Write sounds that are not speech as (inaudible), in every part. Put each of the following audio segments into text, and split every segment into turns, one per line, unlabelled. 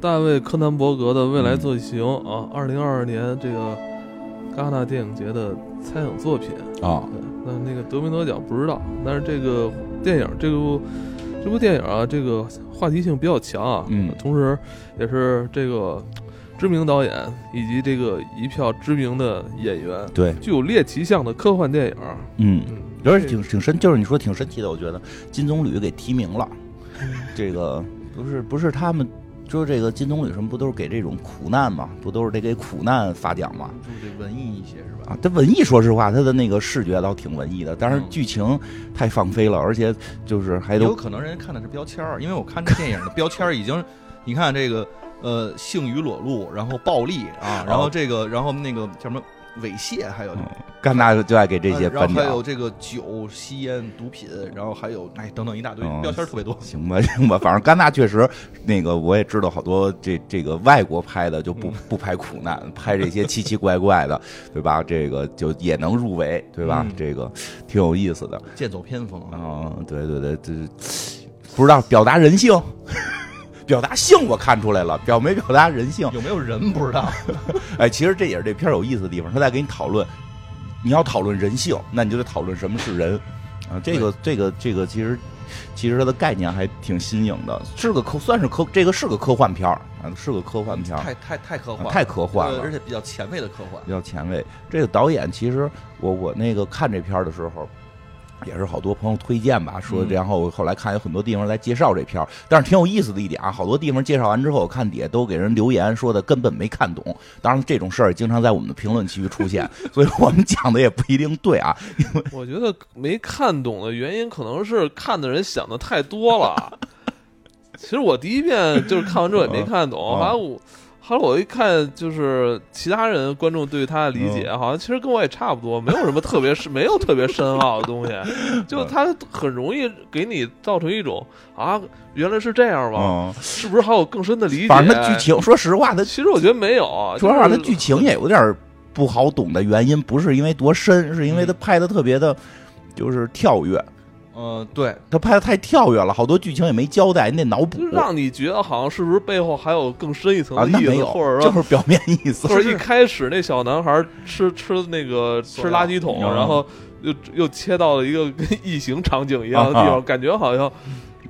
大卫·柯南伯格的《未来坐骑行》啊，二零二二年这个戛纳电影节的参影作品。
啊，
对，那那个得没得奖不知道，但是这个电影，这部这部电影啊，这个话题性比较强啊，
嗯
同时也是这个知名导演以及这个一票知名的演员，
对，
具有猎奇向的科幻电影，
嗯，
嗯，
有点挺挺神，就是你说挺神奇的，我觉得金棕榈给提名
(laughs)
了，这个不是不是他们。说这个金棕榈什么不都是给这种苦难嘛？不都是得给苦难发奖嘛？
注这文艺一些是吧？
啊，它文艺，说实话，它的那个视觉倒挺文艺的，但是
嗯
剧情太放飞了，而且就是还
也有
都
可能人家看的是标签儿，因为我看这电影的标签儿
(laughs)
已经，你看这个呃性与裸露，然后暴力啊，然后这个然后那个叫什么猥亵，还有
哦嗯戛纳就爱给这些
呃然
颁
后还
奖，
有这个酒、吸烟、毒品，然后还有哎等等一大堆
嗯
标签儿特别多。
行吧 (laughs) 行吧，反正戛纳确实那个我也知道好多这这个外国拍的就不不拍苦难，拍这些奇奇怪怪的，对吧？这个就也能入围，对吧？
嗯
这个挺有意思的，
剑走偏锋啊！
嗯，对对对，这不知道表达人性， (laughs) 表达性我看出来了，表没表达人性？
有没有人不知道？
哎，其实这也是这片儿有意思的地方，他在给你讨论，你要讨论人性，那你就得讨论什么是人啊。这个这个这个，其实其实它的概念还挺新颖的，是个科算是科，这个是个科幻片儿啊，是个科幻片儿，
太太太科
啊
幻，
太科幻
呃
了
而。且比较前卫的科幻
比。较前卫。这个导演其实我我那个看这片儿的时候。也是好多朋友推荐吧，说，
嗯
然后后来看有很多地方来介绍这片儿，但是挺有意思的一点啊，好多地方介绍完之后，我看底下都给人留言说的根本没看懂。当然，这种事儿经常在我们的评论区出现， (laughs) 所以我们讲的也不一定对啊。
我觉得没看懂的原因可能是看的人想的太多了。其实我第一遍就是看完之后也没看懂，
嗯嗯
好像我，后来我一看就是其他人观众对他的理解，
嗯
好像其实跟我也差不多，没有什么特别深，没有特别深奥的
(laughs)
东西，就
嗯
他很容易给你造成一种啊，原来是这样吗？
嗯，
是不是还有更深的理解？
反正它剧，情，说实话，它
其实我觉得没有，
说实话，它
就是
剧情也有点儿不好懂的原因，不是因为多深，是因为它拍的特别的，就是跳跃。
呃，对，
他拍的太跳跃了，好多剧情也没交代，你得脑补
就是让你觉得好像是不是背后还有更深一层
啊
的，
那
意
没
思，
有
或者，说
就是表面意思。
(laughs) 就是一开始那小男孩吃吃那个
塑
吃垃
料
圾桶，
嗯
然后又又切到了一个跟 (laughs) 异形场景一样的地
啊嗯
方，感觉好像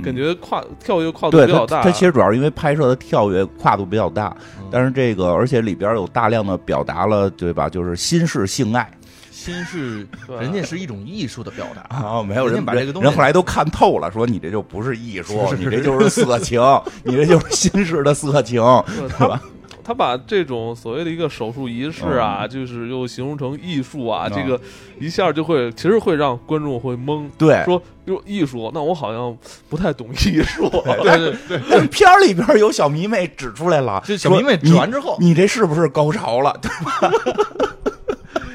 感觉跨跳跃跨度
对
比较
他，
大。
他其实主要是因为拍摄的跳跃跨度比较大，
嗯
但是这个而且里边有大量的表达了，对吧？就是新式性爱
心是
对
人家是一种艺术的表达。
啊，没有
人家
人
把这个东西
人后来都看透了，说你这就不是艺术， (laughs)
是是
你这就是色情，你这就是新式的色情，
对
是
他？
吧
他把这种所谓的一个手术仪式啊，就是又形容成艺术啊，
嗯
这个一下就会其实会让观众会懵，
对，
说哟艺术，那我好像不太懂艺术。
对对对，
但片儿里边有小迷妹指出来了，
这小迷妹指完之后
说，你你这是不是高潮了？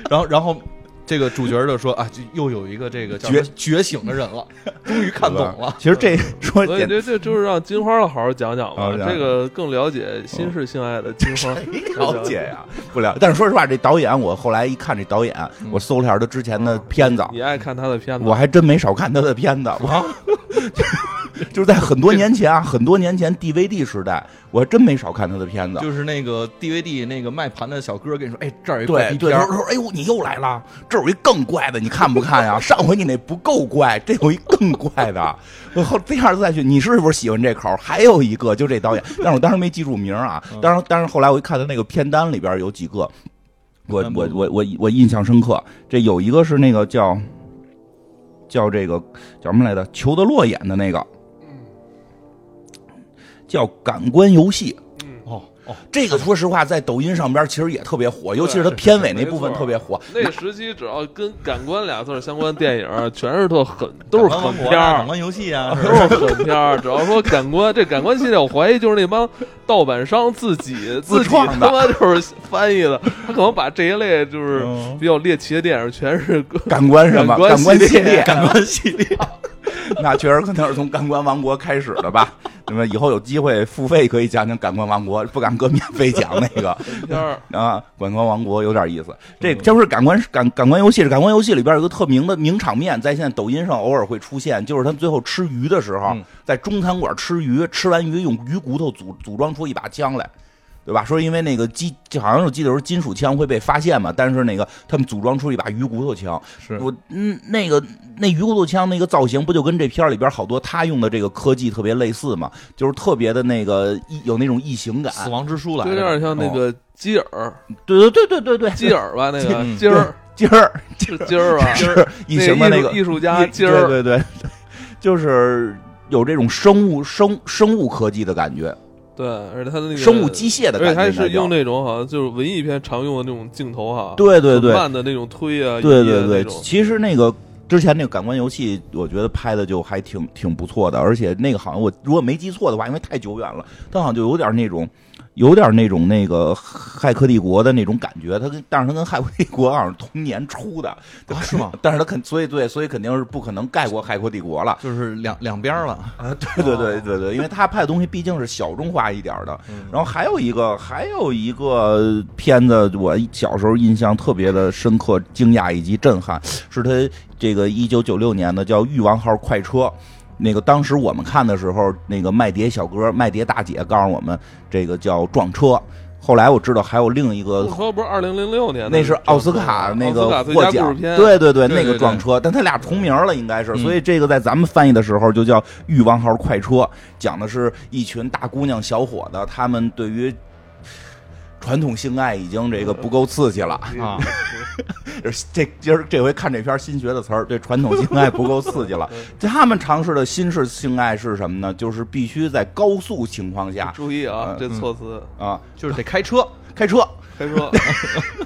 然后然后这个主角就说啊，就又有一个这个叫什么觉醒的人了， (laughs) 终于看懂了。啊
其实这说
所以这这就是让金花好好讲讲
好
吧
好，讲
这个更了解新式性爱的金花。
(laughs) 了解呀、不了。但是说实话，这导演我后来一看这导演，我搜了一下他之前的片子，
你爱看他的片子？
我还真没少看他的片子。我就是在很多年前啊，很多年前 DVD 时代，我还真没少看他的片子。
就是那个 DVD 那个卖盘的小哥跟你说，哎，这儿有一怪
对
皮
对，
片
他
儿，
说：“哎呦，你又来了，这有一更怪的，你看不看呀、 (laughs) 上回你那不够怪，这有一更怪的。”我后第二次再去，你是不是喜欢这口儿？还有一个就这导演，但是我当时没记住名儿啊。
嗯
当然，但是后来我一看他那个片单里边有几个，我我我我我印象深刻。这有一个是那个叫叫这个叫什么来着？裘德洛演的那个，
嗯
叫《感官游戏》。
哦哦，
这个说实话，在抖音上边其实也特别火，尤其是它
对
片尾那
没
部分
错
特别火。
那时期只要跟“感官”俩字儿相关的电影儿，全是特狠，都是
感官
狠
王国
片
啊
儿
感，官游戏啊，
都
是
是
吧
狠片儿。只要说感官，这感官系列，我怀疑就是那帮盗版商自己自
自
己
创的
他妈就是翻译的，他可能把这一类就是
嗯
比较猎奇的电影全是
感官什么？
感官
感官系
系列
(laughs) 感官系列。那确实可能是从感官王国开始的吧？什么以后有机会付费可以讲讲《感官王国》，不敢搁免费讲那个
片
(laughs)
儿
啊，《感官王国》有点意思。这这不是感官感感官游戏，感官游戏里边有个特名的名场面，在现在抖音上偶尔会出现，就是他们最后吃鱼的时候
嗯，
在中餐馆吃鱼，吃完鱼用鱼骨头组组装出一把枪来。对吧？说因为那个机，就好像我记得是金属枪会被发现嘛，但是那个他们组装出一把鱼骨头枪，
是
我嗯，那个那鱼骨头枪那个造型不就跟这片儿里边好多他用的这个科技特别类似嘛？就是特别的那个异有那种异形感。
死亡之书来
就有
的
点像
哦
那个鸡耳，
对对对对对对，
鸡耳吧，那个
嗯
鸡
(laughs)
儿
鸡儿
是鸡儿吧？
是 (laughs) 异形的
那
那
艺术
个
艺术家
一
鸡儿，
对对对， (laughs) 就是有这种生物生生物科技的感觉，
对，而且他的那个
生物机械的
而且
感觉
他
应该叫。
是用那种好像就是文艺片常用的那种镜头哈，
对对对
很慢的那种推啊，
对
移啊
对对
那，种
其实那个之前那个感官游戏，我觉得拍的就还挺挺不错的，而且那个好像我如果没记错的话，因为太久远了，它好像就有点那种。有点那种那个《骇客帝国》的那种感觉，它跟但是它跟《骇客帝国》好像是同年出的，
啊是吗？
(laughs) 但是它肯所以对，所以肯定是不可能盖过《骇客帝国》了。
就是两两边儿了。
啊对
啊
对对对对，因为他拍的东西毕竟是小众化一点儿的。然后还有一个还有一个片子，我小时候印象特别的深刻、惊讶以及震撼，是他这个一九九六年的叫《玉王号快车》。那个当时我们看的时候，那个卖碟小哥、卖碟大姐告诉我们，这个叫撞车。后来我知道还有另一个
我说不是二零零六年的，
那是奥斯卡那个
奥斯卡最
获
佳故
奖
事，片，
对对对，
对
那
对
个
对
撞车，但他俩重名了，应该是，
嗯
所以这个在咱们翻译的时候就叫《欲望号快车》，讲的是一群大姑娘小伙子，他们对于。传统性爱已经这个不够刺激
(laughs)
了，
对
啊，
这今儿这回看这篇新学的词儿，对传统性爱不够刺
(laughs)
激了。他们尝试的新式性爱是什么呢？就是必须在高速情况下
注意啊，这措辞，
啊，
就是得开车，
开车，
开
(laughs)
说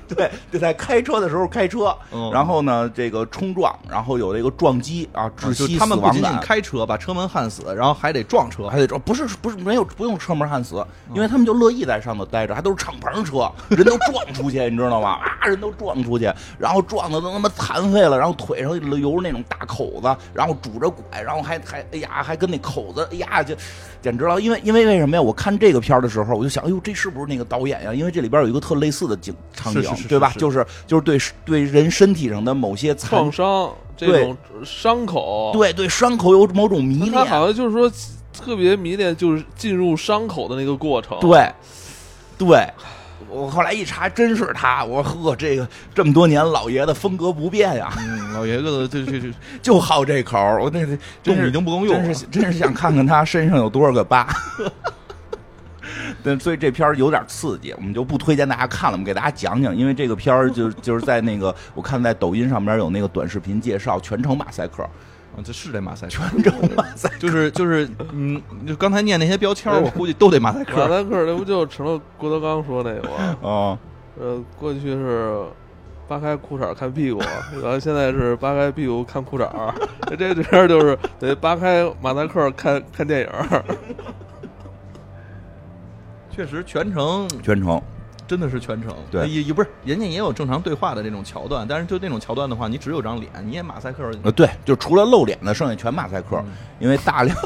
对，就在开车的时候开车，
嗯
然后呢，这个冲撞，然后有这个撞击啊，窒
就
息
是他们
死
不
亡
仅仅
感
开车把车门焊死，然后还得撞车，
还得撞，不是不是没有不用车门焊死，因为他们就乐意在上头待着，还都是敞篷车，人都撞出去，你知道吗？啊，人都撞出去，然后撞的都他妈残废了，然后腿上留着那种大口子，然后拄着拐，然后还还哎呀，还跟那口子，哎呀，就简直了！因为因为为什么呀？我看这个片儿的时候，我就想，哎呦，这是不是那个导演呀？因为这里边有一个特类似的景场景，
是是是
对吧？
是是
就是就是对对人身体上的某些残
创伤这
对
种伤口，
对对伤口有某种迷
他
恋，
好像就是说特别迷恋，就是进入伤口的那个过程，
对，对。我后来一查，真是他！我呵，这个这么多年老爷子风格不变呀，
嗯，老爷子这这这
就好这口儿。我那那真
动
是
已经不能用了
真。是真是想看看他身上有多少个疤。 (laughs) 对，所以这片儿有点刺激，我们就不推荐大家看了，我们给大家讲讲，因为这个片儿就就是在那个我看在抖音上面有那个短视频介绍，全程马赛克，
啊这是得马赛克，
全程马赛克。
就是就是嗯，就刚才念那些标签儿，
对
我估计都得马赛
马
克。
赛克那不就成了郭德纲说那个吗？
哦，
呃，过去是扒开裤衩看屁股， (laughs) 然后现在是扒开屁股看裤衩儿， (laughs) 这这边就是得扒开马赛克看 (laughs) 看电影儿。
确实，全程
全程
真的是全程。呃
对
也也不是，人家也有正常对话的这种桥段，但是就那种桥段的话，你只有张脸，你也马赛克。
呃，对，就除了露脸的，剩下全马赛克，
嗯
因为大
(laughs)
量，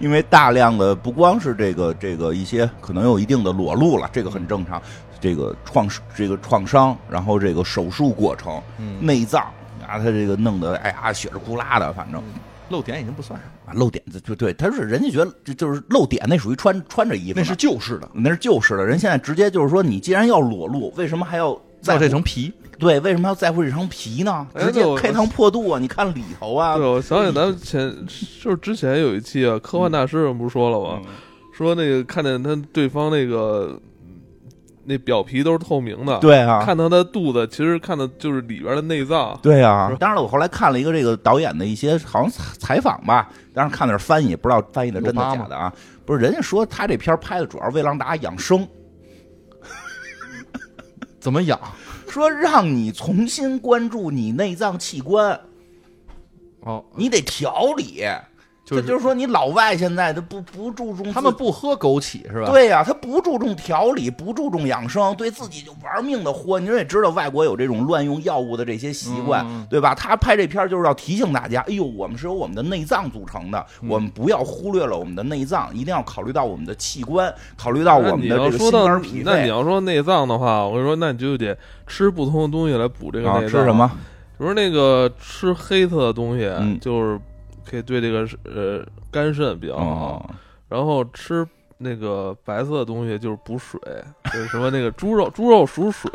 因为大量的不光是这个这个一些可能有一定的裸露了，这个很正常，
嗯
这个创这个创伤，然后这个手术过程，
嗯，
内脏啊，他这个弄得哎呀血着呼啦的，反正
露点已经不算什
啊
么，
露点就对，他是人家觉得这就是露点，那属于穿穿着衣服呢，
那是旧式的，
那是旧式的，人现在直接就是说，你既然要裸露，为什么还要在
造
乎
这层皮。
对，为什么要在乎这层皮呢？
哎
直接
对我
开膛破肚啊！你看里头啊，
对，我想起咱们前就是之前有一期啊，科幻大师不是说了
嗯
吗？说那个看见他对方那个那表皮都是透明的，
对啊，
看到他肚子，其实看的就是里边的内脏。
对啊。当然了，我后来看了一个这个导演的一些好像采采访吧，当然看的是翻译，不知道翻译的真的
有疤
假
吗
的啊。不是，人家说他这片儿拍的主要是为了让大家养生，
怎么养？
说让你重新关注你内脏器官，
哦，
你得调理。
就是
这就是说你老外现在他不不注重
他们
自
不喝枸杞是吧？，
对呀、他不注重调理，不注重养生，对自己就玩命的豁。你也知道外国有这种乱用药物的这些习惯，
嗯嗯
对吧？他拍这片儿就是要提醒大家，哎呦，我们是由我们的内脏组成的，
嗯
我们不要忽略了我们的内脏，一定要考虑到我们的器官，考虑到
那
啊我们
你
的
要
这个
说
心
到
肝脾
那你
肺。啊
要说内脏的话，我跟你说，那你就得吃不同的东西来补这个内
啊，
脏。
吃什？么？
比如那个吃黑色的东西，
嗯
就是可以对这个呃肝肾比较好。
哦，
然后吃那个白色的东西就是补水， (laughs) 就是什么那个猪肉，猪肉属水，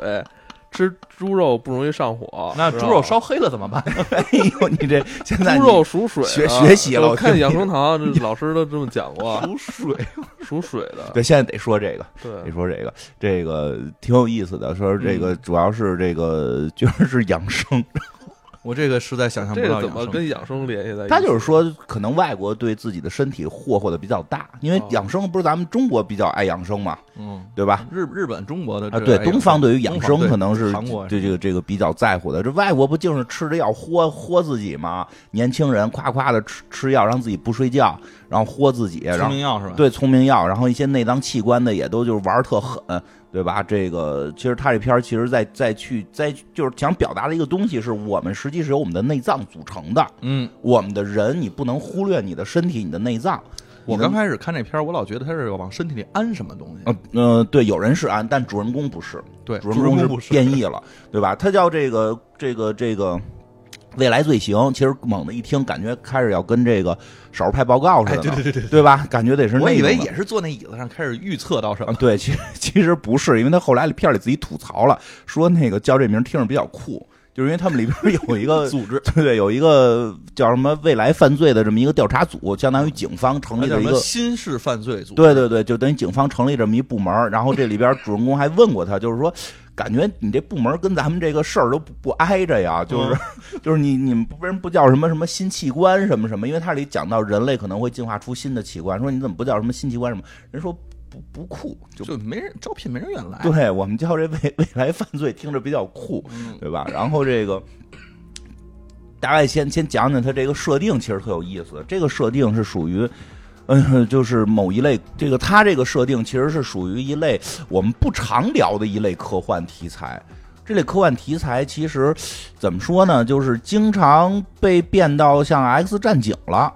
吃猪肉不容易上火。
那
知
猪
道
肉
吗
烧黑了怎么办？
(laughs) 哎呦，你这现在
猪
你
肉属水啊，
学 (laughs) 学习了
就
我
看
听
养
你
生堂这老师都这么讲过， (laughs)
补水，
啊属水的。
(laughs) 对，现在得说这个。
对，
你说这个，这个挺有意思的。说这个
嗯
主要是这个， (laughs) 居然是养生。
(laughs) 我这个实在想象不
这
到
个
养
怎么
生。
跟养生联系在一起？
他就是说，可能外国对自己的身体霍霍的比较大，因为
哦
养生不是咱们中国比较爱养生嘛，
嗯，
对吧？
日日本、中国的
啊，
这
对，
哎呀
东方对于养
东
生
对
可能是
韩国
对这个这个比较在乎的。这外国不净是吃着药豁豁自己吗？年轻人夸夸的吃吃药，让自己不睡觉，然后豁自己，然
聪
后
明药是吧？，
对，聪明药，然后一些内脏器官的也都就是玩儿特狠，对吧？这个其实他这片儿其实在在去在就是想表达的一个东西是我们实际是由我们的内脏组成的，
嗯，
我们的人你不能忽略你的身体你的内脏。
我
你的
刚开始看这片儿，我老觉得他是往身体里安什么东西。
呃呃，对，有人是安，但主人公不是，
对，
主
人
人
公
公
不
是
是
变异
(laughs)
了，对吧？他叫这个这个这个。未来罪行，其实猛的一听，感觉开始要跟这个少数派报告似的
哎
呢，
对对
对吧？感觉得是那
我以为
种的
也是坐那椅子上开始预测到什
啊
么，，
对，其实其实不是，因为他后来片儿里自己吐槽了，说那个叫这名儿听着比较酷，就是因为他们里边儿有一个。
(laughs) 组织，
对对，有一个叫什么未来犯罪的这么一个调查组，相当于警方成
那
立
啊叫
的
什
啊一
么
个，
新式犯罪组织？
对对对，就等于警方成立这么一部门儿。然后这里边儿主人公还问过他，就是说，感觉你这部门儿跟咱们这个事儿都不不挨着呀，就是、 (laughs) 就是你你们不为什么不叫什么什么新器官什么什么？因为它里讲到人类可能会进化出新的器官，说你怎么不叫什么新器官什么？人说不不酷，就
就没人招聘没人愿来。
对我们叫这未未来犯罪听着比较酷，
嗯，
对吧？然后这个大概先先讲讲它这个设定，其实特有意思。这个设定是属于。嗯，就是某一类，这个它这个设定其实是属于一类我们不常聊的一类科幻题材。这类科幻题材其实怎么说呢，就是经常被变到像《X 战警》了，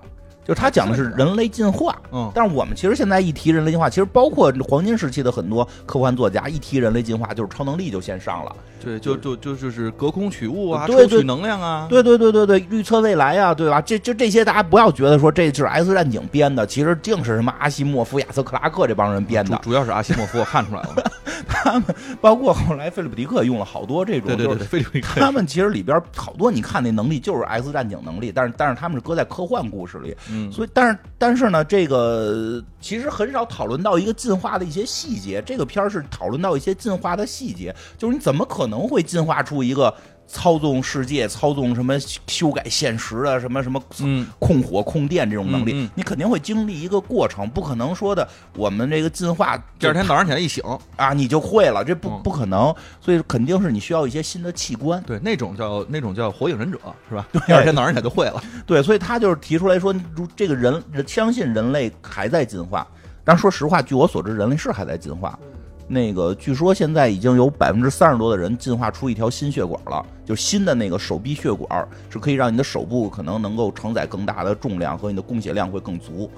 就是它讲的啊是人类进化，
嗯，
但是我们其实现在一提人类进化，其实包括黄金时期的很多科幻作家，一提人类进化就是超能力就先上了。
对，就就就就是隔空取物啊，
对
抽
对
取能量啊，
对对对对对，预测未来呀、啊对吧？这就这些，大家不要觉得说这是 X 战警编的，其实净是什么阿西莫夫、亚瑟克拉克这帮人编
主
的，
主要是阿西莫夫，我看出来了。
包括后来菲利普迪克用了好多这种，
对对
就
对
是
对，菲律宾
他们其实里边好多，你看那能力就是 X 战警能力，但是但是他们是搁在科幻故事里，
嗯，
所以但是但是呢，这个其实很少讨论到一个进化的一些细节。这个片儿是讨论到一些进化的细节，就是你怎么可能会进化出一个操纵世界、操纵什么修改现实啊、什么什么
嗯，
控火控电这种能力，
嗯嗯
你肯定会经历一个过程，不可能说的我们这个进化
第二天早上起来一醒，
啊你就会了，这不
嗯
不可能，所以肯定是你需要一些新的器官。
对，那种叫那种叫火影忍者是吧？第二天早上起来就会了。
对，所以他就是提出来说，如这个人相信人类还在进化。但说实话，据我所知，人类是还在进化。那个据说现在已经有百分之三十多的人进化出一条新血管了，就新的那个手臂血管是可以让你的手部可能能够承载更大的重量和你的供血量会更足。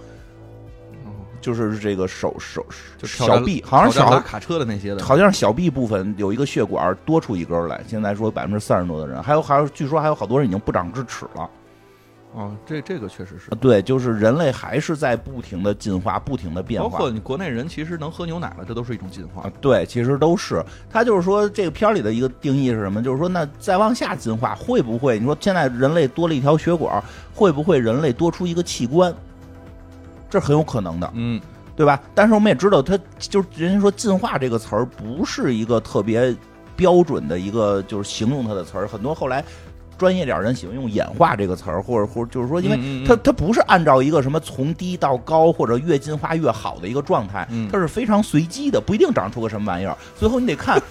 就是这个手手
哦就挑
小
战
臂，好像
挑战拉
小
卡车的那些的，
好像是小臂部分有一个血管多出一根儿来。现在说百分之三十多的人，还有还有，据说还有好多人已经不长智齿了。
哦，这这个确实是
啊，。对，就是人类还是在不停的进化，不停的变
包
化
括。你国内人其实能喝牛奶了，这都是一种进化
啊。，对，其实都是。他就是说，这个片儿里的一个定义是什么？就是说，那再往下进化会不会？你说现在人类多了一条血管，会不会人类多出一个器官？这很有可能的，
嗯，
对吧？但是我们也知道它，就是人家说“进化”这个词儿不是一个特别标准的一个就是形容它的词儿，很多后来专业点儿人喜欢用“演化”这个词儿，或者或者就是说，因为
嗯嗯嗯
它它不是按照一个什么从低到高或者越进化越好的一个状态
嗯， (laughs)
它是非常随机的，不一定长出个什么玩意儿。最后你得看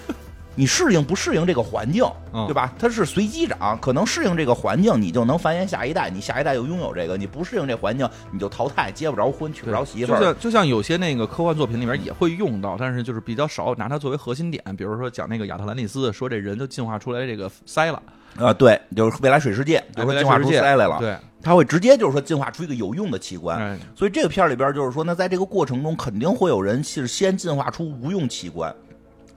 你适应不适应这个环境，
嗯
对吧？它是随机长，可能适应这个环境，你就能繁衍下一代，你下一代又拥有这个；你不适应这环境，你就淘汰，结不着婚，娶不着媳妇
就
儿。
像就像有些那个科幻作品里面也会用到，但是就是比较少拿它作为核心点。比如说讲那个亚特兰蒂斯，说这人就进化出来这个鳃了，
啊、对，就是未来水世界，比如说
未来
进化
水
出
世界
鳃来了，
对，
它会直接就是说进化出一个有用的器官。
哎，
所以这个片儿里边就是说，那在这个过程中，肯定会有人是先进化出无用器官，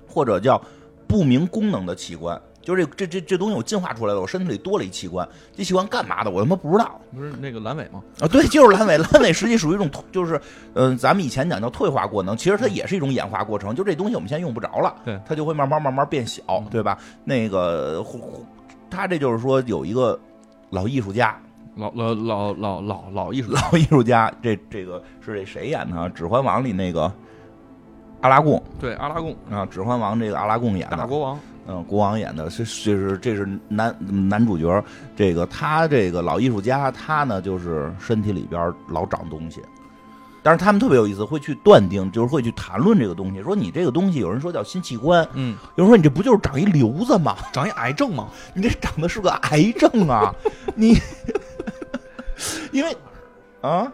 或者叫不明功能的器官。就是这这这这东西我进化出来了，我身体里多了一器官，这器官干嘛的我他妈不知道
不是那个阑尾吗？
啊！ (laughs) 对，就是阑尾，阑尾实际属于一种，就是嗯、呃咱们以前讲叫退化过程，其实它也是一种演化过程。就这东西我们现在用不着了，
对
它就会慢慢慢慢变小，对吧？那个呼呼他这就是说有一个老艺术家，
老老老老老老艺术家
老艺术家，这这个是这谁演的啊？《指环王》里那个阿拉贡
对阿拉贡
啊，《指环王》这个阿拉贡演
大
的，
国王，
嗯，国王演的，是这是这是男男主角。这个他这个老艺术家，他呢就是身体里边老长东西。但是他们特别有意思，会去断定，就是会去谈论这个东西。说你这个东西，有人说叫新器官，
嗯，
有人说你这不就是长一瘤子吗？
长一癌症嘛，
你这长得是个癌症啊！你因为啊，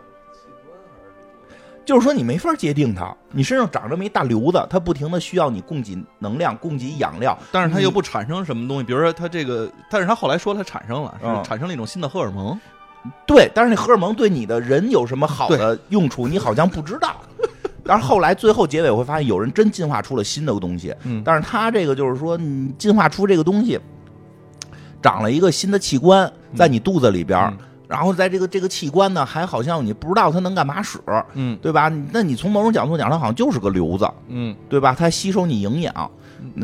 就是说你没法界定它，你身上长这么一大瘤子，它不停的需要你供给能量、供给养料，
但是它又不产生什么东西，比如说它这个，但是它后来说它产生了，
嗯
是产生了一种新的荷尔蒙，
对，但是那荷尔蒙对你的人有什么好的用处，你好像不知道。但是后来最后结尾我会发现，有人真进化出了新的东西，
嗯
但是他这个就是说，你进化出这个东西，长了一个新的器官在你肚子里边儿，
嗯
然后在这个这个器官呢，还好像你不知道它能干嘛使，
嗯
对吧？那你从某种角度讲，它好像就是个瘤子，
嗯，
对吧？它吸收你营养，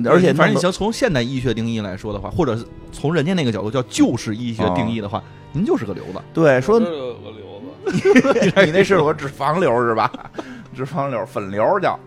而且
反
弄
正嗯你
得
想从现代医学定义来说的话，或者是从人家那个角度叫旧式医学定义的话，您就是个瘤子。
对， (laughs) 说
这儿有个瘤子，
你那是我脂肪瘤是吧？ (laughs) 脂肪瘤、粉瘤叫，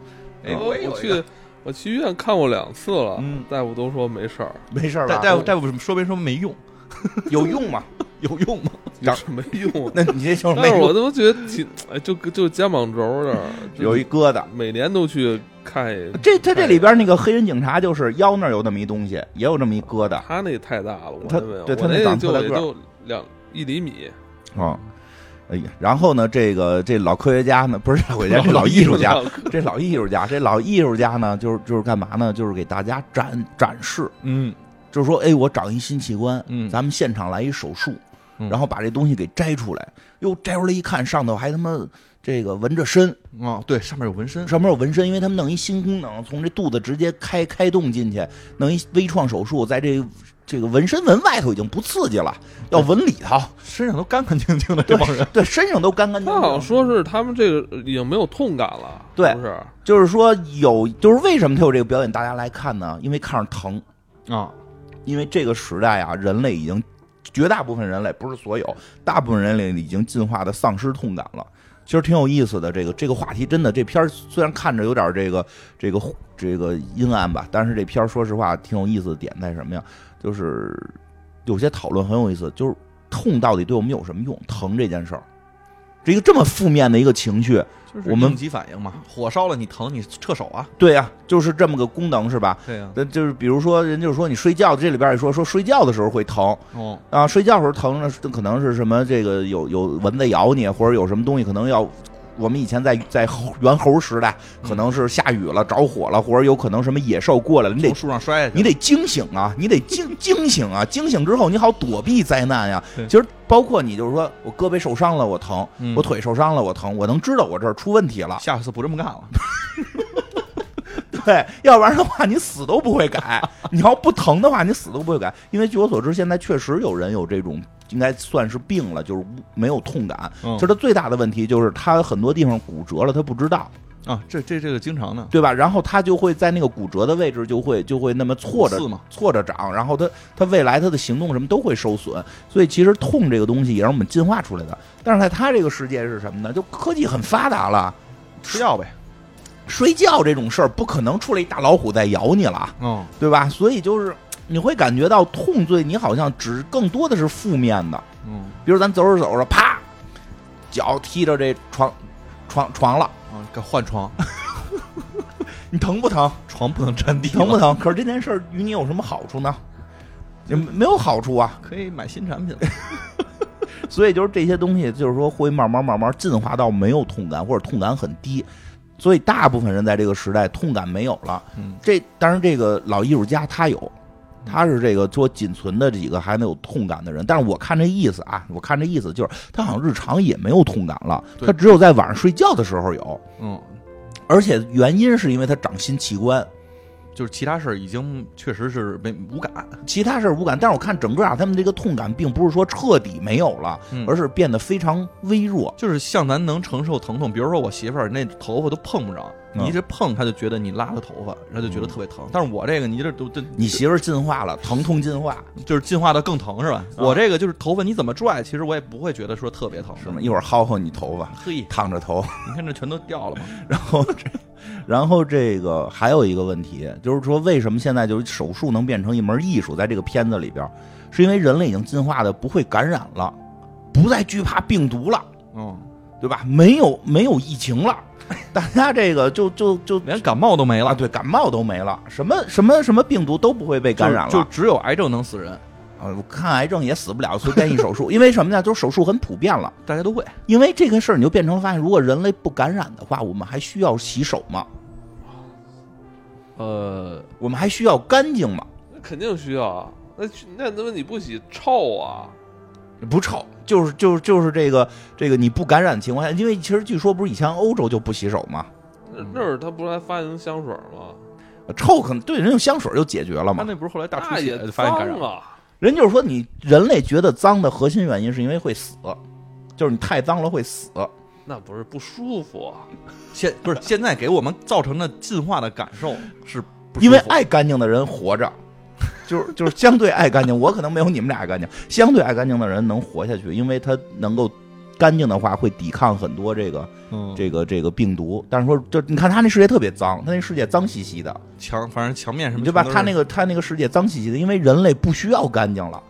哎，
我呃我去我去医院看过两次了
嗯，
大夫都说没事儿，
没事儿吧
大？大夫大夫说没说没用，
(laughs) 有用吗？
有用吗？
(laughs)
长
就是没用。啊
(laughs) 那你这就是没
但是
用
我都觉得挺，哎，就就肩膀轴这儿就
(laughs) 有一疙瘩。哎
每年都去看一，
这他这里边那个黑人警察就是腰那儿有那么一东西，也有这么一疙瘩啊、
他那太大了，我
他
那没有，
对他
我
那
那
长
就
特大
也
个儿
就两一厘米，
哎呀，然后呢，这个这老科学家呢，不是老 (laughs) 科学家，这老艺
(laughs)
术家，这老艺术家，这老艺术家呢，就是就是干嘛呢？就是给大家展展示，
嗯
就是说，哎，我长一新器官，
嗯
咱们现场来一手术，
嗯
然后把这东西给摘出来，哟，摘出来一看，上头还他妈这个纹着身，
啊，对，上面有纹身，
上面有纹身，因为他们弄一新功能，从这肚子直接开开动进去，弄一微创手术，在这这个纹身纹外头已经不刺激了，要纹里头，
身上都干干净净的这帮 (laughs) 人，
对，身上都干干净
他好像
净。
说是他们这个已经没有痛感了，
对
是不是？
就是说有，就是为什么他有这个表演，大家来看呢？因为看着疼，
啊，
因为这个时代啊，人类已经绝大部分人类不是所有，大部分人类已经进化的丧失痛感了。其实挺有意思的，这个这个话题真的，这片儿虽然看着有点这个这个这个阴暗吧，但是这片儿说实话挺有意思的点在什么呀？就是有些讨论很有意思，就是痛到底对我们有什么用？疼这件事儿，这一个这么负面的一个情绪，
就是
我们
应急反应嘛，火烧了你疼你撤手啊，
对呀、就是这么个功能是吧？
对啊呀，
那就是比如说，人就是说你睡觉，这里边也说说睡觉的时候会疼，
哦，
啊，睡觉时候疼呢，可能是什么这个有有蚊子咬你，或者有什么东西可能要。我们以前在在猴猿猴时代，可能是下雨了、着火了，或者有可能什么野兽过来了，你得
从树上摔下
你
去，
得惊醒啊，你得惊惊醒啊，惊醒之后你好躲避灾难呀、
对
其实包括你就是说我胳膊受伤了我疼，
嗯
我腿受伤了我疼，我能知道我这儿出问题了，
啊下次不这么干了，
(laughs) 对，要不然的话你死都不会改。你要不疼的话，你死都不会改。因为据我所知，现在确实有人有这种，应该算是病了，就是无没有痛感。
嗯
就是他最大的问题就是他很多地方骨折了，他不知道，
(laughs) 啊，这这这个经常的，
对吧？然后他就会在那个骨折的位置就会就会那么错着
刺嘛
错着长，然后他他未来他的行动什么都会受损。所以其实痛这个东西也让我们进化出来的。但是在他这个世界是什么呢？就科技很发达了。
吃药呗，
睡觉这种事儿不可能出来一大老虎在咬你了，
嗯，
对吧？所以就是你会感觉到痛罪，你好像只更多的是负面的。
嗯
比如咱走着走着，啪，脚踢着这床床床了，
(laughs) 啊，该换床，
你疼不疼？
床不能沾地，
疼不？疼？可是这件事儿与你有什么好处呢？也没有好处啊。
可以买新产品了。
所以就是这些东西，就是说会慢慢慢慢进化到没有痛感，或者痛感很低。所以大部分人在这个时代痛感没有了。
嗯，
这当然，这个老艺术家他有，他是这个做仅存的几个还能有痛感的人。但是我看这意思啊，我看这意思就是他好像日常也没有痛感了，
对
他只有在晚上睡觉的时候有。
(laughs) 嗯，
而且原因是因为他长新器官，
就是其他事儿已经确实是没无感，
其他事儿无感。但是我看整个啊，他们这个痛感并不是说彻底没有了，
嗯
而是变得非常微弱。
就是像咱能承受疼痛，比如说我媳妇儿那头发都碰不着，
嗯嗯
你一直碰她就觉得你拉她头发，她就觉得特别疼。但是我这个你这都这
你媳妇儿进化了，疼痛进化
就是进化的更疼是吧？
啊
我这个就是头发你怎么拽，其实我也不会觉得说特别疼，
是吗？？一会儿薅薅你头发，
嘿，
烫着头。 (laughs)
你看这全都掉了嘛。
然后这，然后这个还有一个问题，就是说为什么现在就是手术能变成一门艺术？在这个片子里边，是因为人类已经进化的不会感染了，不再惧怕病毒了，
嗯，
对吧？没有没有疫情了，大家这个就就就
连感冒都没
啊，
了，
对，感冒都没了，什么什么什么病毒都不会被感染了。
就就只有癌症能死人，
啊，我看癌症也死不了，随便一手术，因为什么呢？就是手术很普遍了。
大家都会。
因为这个事儿，你就变成发现，如果人类不感染的话，我们还需要洗手吗？
呃，
我们还需要干净吗？
那肯定需要啊。那去那他妈你不洗臭啊？
不臭，就是就是就是这个这个你不感染的情况下，因为其实据说不是以前欧洲就不洗手吗？
那那儿他不是还发明香水吗？
臭可能对人用香水就解决了
他
嘛。
那不是后来大出
那
血
也
就发现
脏
感染了，
啊！
人就是说你人类觉得脏的核心原因是因为会死，就是你太脏了会死。
那不是不舒服啊？
现不是现在给我们造成的进化的感受是不舒服，
因为爱干净的人活着， (laughs) 就是就是相对爱干净，我可能没有你们俩干净，相对爱干净的人能活下去，因为他能够干净的话会抵抗很多这个
嗯
这个这个病毒。但是说，就你看他那世界特别脏，他那世界脏兮兮的，
墙反正墙面什么
对吧？他那
个
个他那个世界脏兮兮的，因为人类不需要干净了，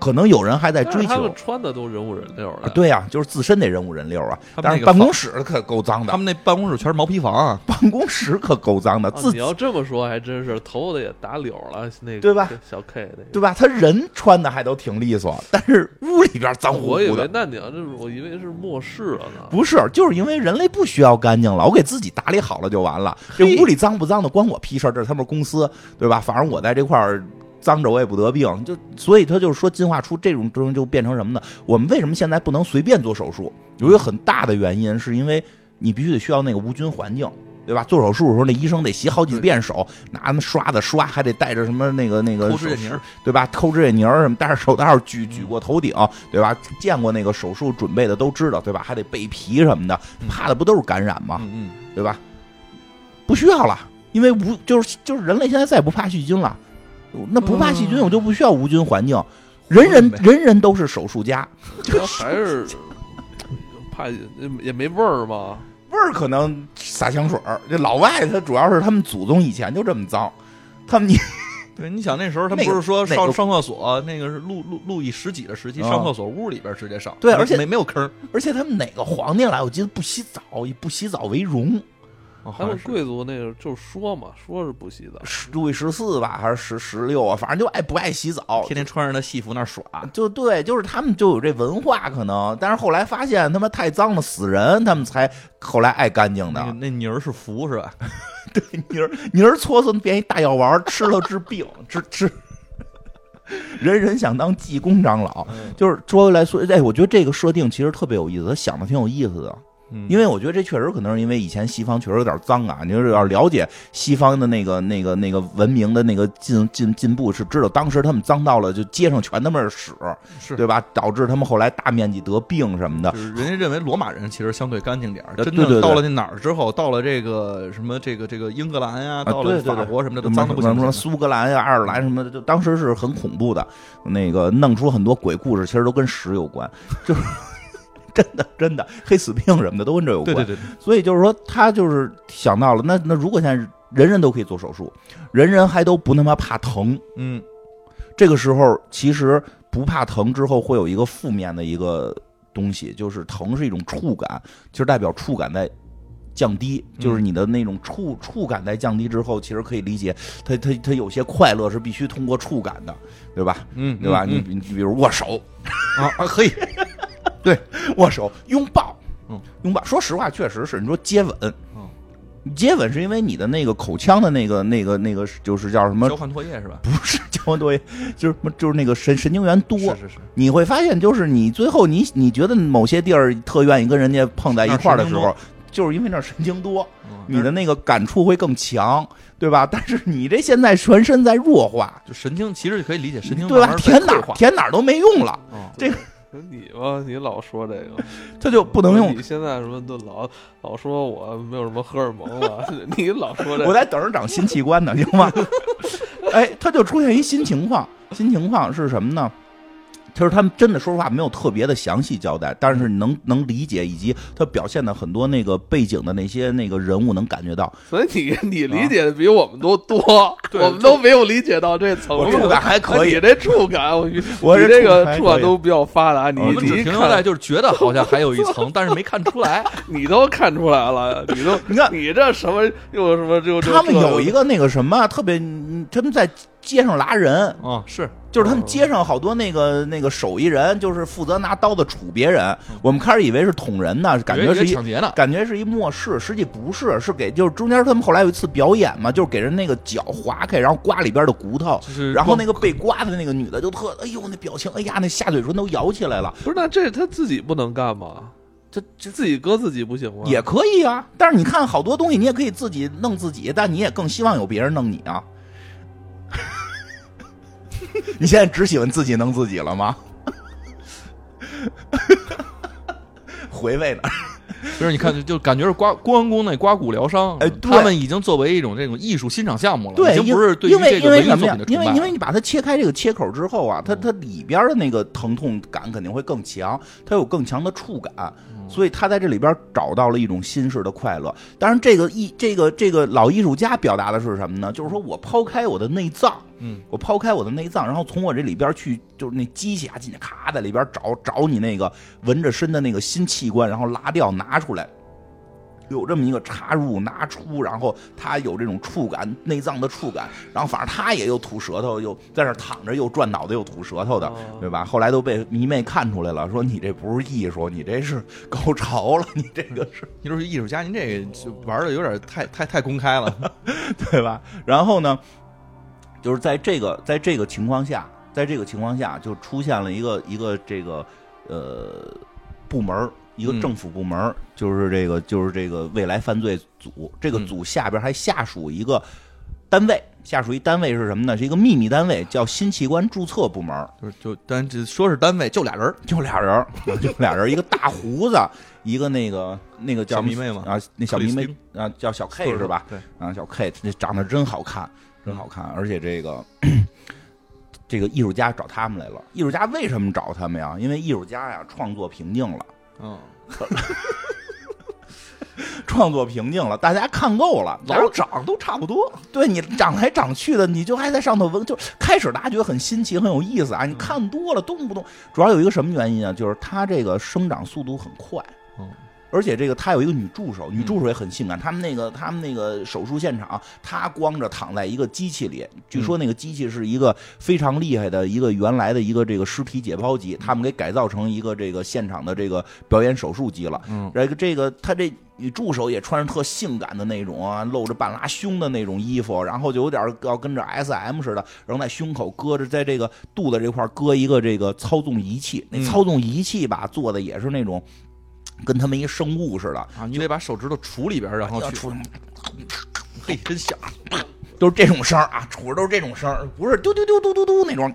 可能有人还在
但是
哎追
他
求
们。穿的都人五人六
啊
的，
对呀、就是自身得人五人六啊，
他们
但
那
是
个
办
房
公室可够脏
他
的，
们哦那办公室全是毛坯房啊，
办公室可够脏的，
啊
自
你要这么说还真是头发也打绺了，那个
对吧？
小 K 那个。
对吧？他人穿的还都挺利索，但是屋里边脏乎
我以
乎
为
的。
那你要这，我以为是末世了呢。
不是，就是因为人类不需要干净了，我给自己打理好了就完了。这
嘿
屋里脏不脏的关我屁事儿，这是他们公司，对吧？反正我在这块儿脏着我也不得病，就所以他就是说进化出这种东西就变成什么呢？我们为什么现在不能随便做手术？有一个很大的原因是因为你必须得需要那个无菌环境。对吧？做手术的时候，那医生得洗好几遍手，拿那刷子刷，还得带着什么那个那个
抠指甲
手
泥儿
对吧？抠指甲泥儿什么，戴着手套举举过头顶，对吧？见过那个手术准备的都知道，对吧？还得备皮什么的，
嗯
怕的不都是感染吗？
嗯
对吧？不需要了，因为无就是就是人类现在再也不怕细菌了，那不怕细菌，
嗯
我就不需要无菌环境。人人
呗
人人都是手术家，
他还是
(laughs)
怕也没味儿嘛。
味儿可能撒香水儿。这老外他主要是他们祖宗以前就这么脏，他们 (laughs)
嗯，对，你想那时候他
那
们
个
不是说
那
上
个
上厕所那个是路路路易十几的时期，
啊
上厕所屋里边直接上，
对
没
而且
没没有坑儿，
而且他们哪个皇帝来，我记得不洗澡，以不洗澡为荣。
哦好
他
像
们
是
贵族那个就是说嘛，说是不洗澡，
十路易十四吧，还是十十六啊，反正就爱不爱洗澡，
天天穿着那戏服那儿耍，
就对，就是他们就有这文化可能，但是后来发现他妈太脏了死人，他们才后来爱干净的
那个。那泥儿是啊福是吧？
泥儿泥儿搓搓变一大药丸，吃了治病，治治。人人想当济公长老，
嗯
就是说回来说，哎，我觉得这个设定其实特别有意思，他想的挺有意思的。
嗯
因为我觉得这确实可能是因为以前西方确实有点脏啊，你就是要了解西方的那个、那个、那个文明的那个进进进步，是知道当时他们脏到了，就街上全他 (laughs) 妈是屎，
是
对吧？导致他们后来大面积得病什么的
就。是人家认为罗马人其实相对干净点儿，
呃
真
对对对
正到了那哪儿之后，到了这个什么这个这个英格兰呀，
啊
到
对
了
对对
法国什么
什
的，都
么
脏的不行
什
不
么
行。
苏格兰呀、爱尔兰什么的，就当时是很恐怖的，那个弄出很多鬼故事，其实都跟屎有关，就是 (laughs) 真的真的黑死病什么的都跟这有
对
关。
对对，对
所以就是说，他就是想到了，那那如果现在人人都可以做手术，人人还都不那么怕疼，
嗯，
这个时候其实不怕疼之后会有一个负面的一个东西，就是疼是一种触感，其实代表触感在降低，
嗯
就是你的那种触触感在降低之后，其实可以理解，它它它有些快乐是必须通过触感的，对吧？
嗯
对吧？
嗯
你你比如握手，
啊
(laughs)
啊，可以，
对，握手、拥抱，
嗯，
拥抱。说实话，确实是你说接吻，
嗯
接吻是因为你的那个口腔的那个那个那个，就是叫什么
交？换唾液是吧？
不是 (laughs) 交换唾液，就是什么就是那个神神经元多。
是是是，
你会发现，就是你最后你你觉得某些地儿特愿意跟人家碰在一块儿的时
那儿神
候，就是因为那儿神经多，
嗯
你的那个感触会更强，对吧？但是你这现在全身在弱化，
就神经其实可以理解神经
对吧？
天
舔哪儿舔哪儿都没用了，
啊，
你吧，你老说这个，
它就不能用
你现在什么都老老说我没有什么荷尔蒙了，
(laughs)
你老说这
我在等着长新器官呢，行吗？ (laughs) 哎，他就出现一新情况，新情况是什么呢？就是他们真的说实话没有特别的详细交代，但是能能理解，以及他表现的很多那个背景的那些那个人物能感觉到，
所以你你理
啊
解的比我们都多，
(laughs)
对
我们都没有理解到这层
我
面
触感还可以
你这触感，
(laughs)
我
我
你这
这触感
个
还
触
可
感
以
都比较发达，你
我们
你
只
一
停留在
看
就是觉得好像还有一 (laughs) 层，但是没看出来。
你都看出来
(laughs)
了，你都
你看
你这什么又什么就
他们有一
个
个那个什么特别，嗯他们在街上拉人，
啊， (laughs) 是
就是他们街上好多那个那个手艺人，就是负责拿刀子杵别人。我们开始以为是捅人呢，感觉
嗯以为
是一
抢劫呢。
感觉是一末世，实际不是，是给就是中间他们后来有一次表演嘛，就是给人那个脚划开，然后刮里边的骨头，
就是
然后那
个
个被刮的那个女的就特，哎呦那表情，哎呀那下嘴唇都摇起来了，
不是那这他自己不能干吗？
这
这自己割自己不行吗？
也可以啊。但是你看好多东西，你也可以自己弄自己，但你也更希望有别人弄你啊。 (laughs) 你现在只喜欢自己弄自己了吗？ (laughs) 回味呢？
哦不是你看，就就感觉是刮公安宫那刮骨疗伤，
哎对
他们已经作为一种这种艺术欣赏项目了，
对，
已经
因
不是对于
因为
这
因
个文
为
艺
什
作
么呀
品的？崇
因为
拜嗯
因为你把它切开这个切口之后啊，它它里边的那个疼痛感肯定会更强，它有更强的触感，
嗯
所以他在这里边找到了一种新式的快乐。当然，这个艺这个这个老艺术家表达的是什么呢？就是说我抛开我的内脏，
嗯，
我抛开我的内脏，然后从我这里边去，就是那机器啊进去，咔在里边找找你那个纹着身的那个新器官，然后拉掉拿出来。有这么一个插入、拿出，然后它有这种触感，内脏的触感，然后反正他也有吐舌头，又在那儿躺着，又转脑袋，又吐舌头的
哦，
对吧？后来都被迷妹看出来了，说你这不是艺术，你这是高潮了，你这个是
您说是艺术家，您这个就玩的有点太太太公开了。 (laughs)
(laughs) 对吧？然后呢，就是在这个在这个情况下，在这个情况下就出现了一个一个这个呃部门儿一个
嗯
政府部门儿、就是这个就是这个未来犯罪组，这个
嗯
组下边还下属一个单位，下属一单位是什么呢？是一个秘密单位，叫新器官注册部门儿。
就是就但只说是单位，就俩人儿
就俩人儿， (laughs) 就俩人儿，一个大胡子，一个那个那个叫
小迷妹嘛
啊，那小迷
克
妹
里斯
啊，叫小 K 是吧？？
哎对，
啊，小 K 这长得真好看，真好看，而且这个这个艺术家找他们来了。艺术家为什么找他们呀？因为艺术家呀创作瓶颈了，
嗯，
创作瓶颈了，大家看够了，大家
老长都差不多。
对你长来长去的，你就还在上头闻，就开始大家觉得很新奇、很有意思啊。你看多了，动不动主要有一个什么原因啊？就是它这个生长速度很快
嗯。
而且这个他有一个女助手，女助手也很性感。他们那个他们那个手术现场，她光着躺在一个机器里，据说那个机器是一个非常厉害的一个原来的一个这个尸体解剖
嗯
机，他们给改造成一个这个现场的这个表演手术机了。
嗯，
这个这个他这女助手也穿着特性感的那种啊，露着半拉胸的那种衣服，然后就有点儿要跟着 S M 似的，然后在胸口搁着，在这个肚子这块儿搁一个这个操纵仪器，那
嗯
操纵仪器吧做的也是那种。跟他们一生物似的，
啊，你得把手指头哎杵里边儿，然后
要
去，
出 (laughs)
嘿，真响。
都是这种声儿啊，杵着都是这种声儿，不是嘟嘟嘟嘟嘟嘟那种，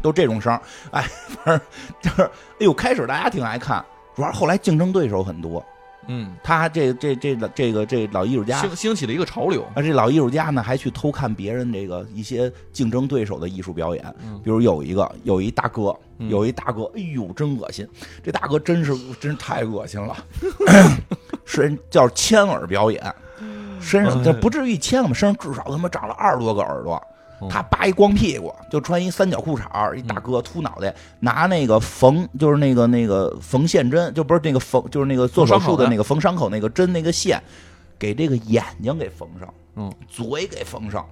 都这种声儿。哎，反正就是，哎呦，开始大家挺爱看，主要是后来竞争对手很多，
嗯，
他这这这这这个这老艺术家啊
兴兴起了一个潮流。
而这老艺术家呢，还去偷看别人这个一些竞争对手的艺术表演
嗯，
比如有一个有一大哥，
嗯
有一大哥，哎呦，真恶心！这大哥真是真是太恶心了，身叫牵耳表演，身上
哎
嗯
这不至于牵了嘛，身上至少他妈长了二十多个耳朵，
嗯
他扒一光屁股，就穿一三角裤衩儿一大哥秃脑袋，拿那个缝，就是那个那个缝线针，就不是那个缝，就是那个做手术的那个缝伤口那个针那个线，给这个眼睛给缝上，
嗯，
嘴给缝上，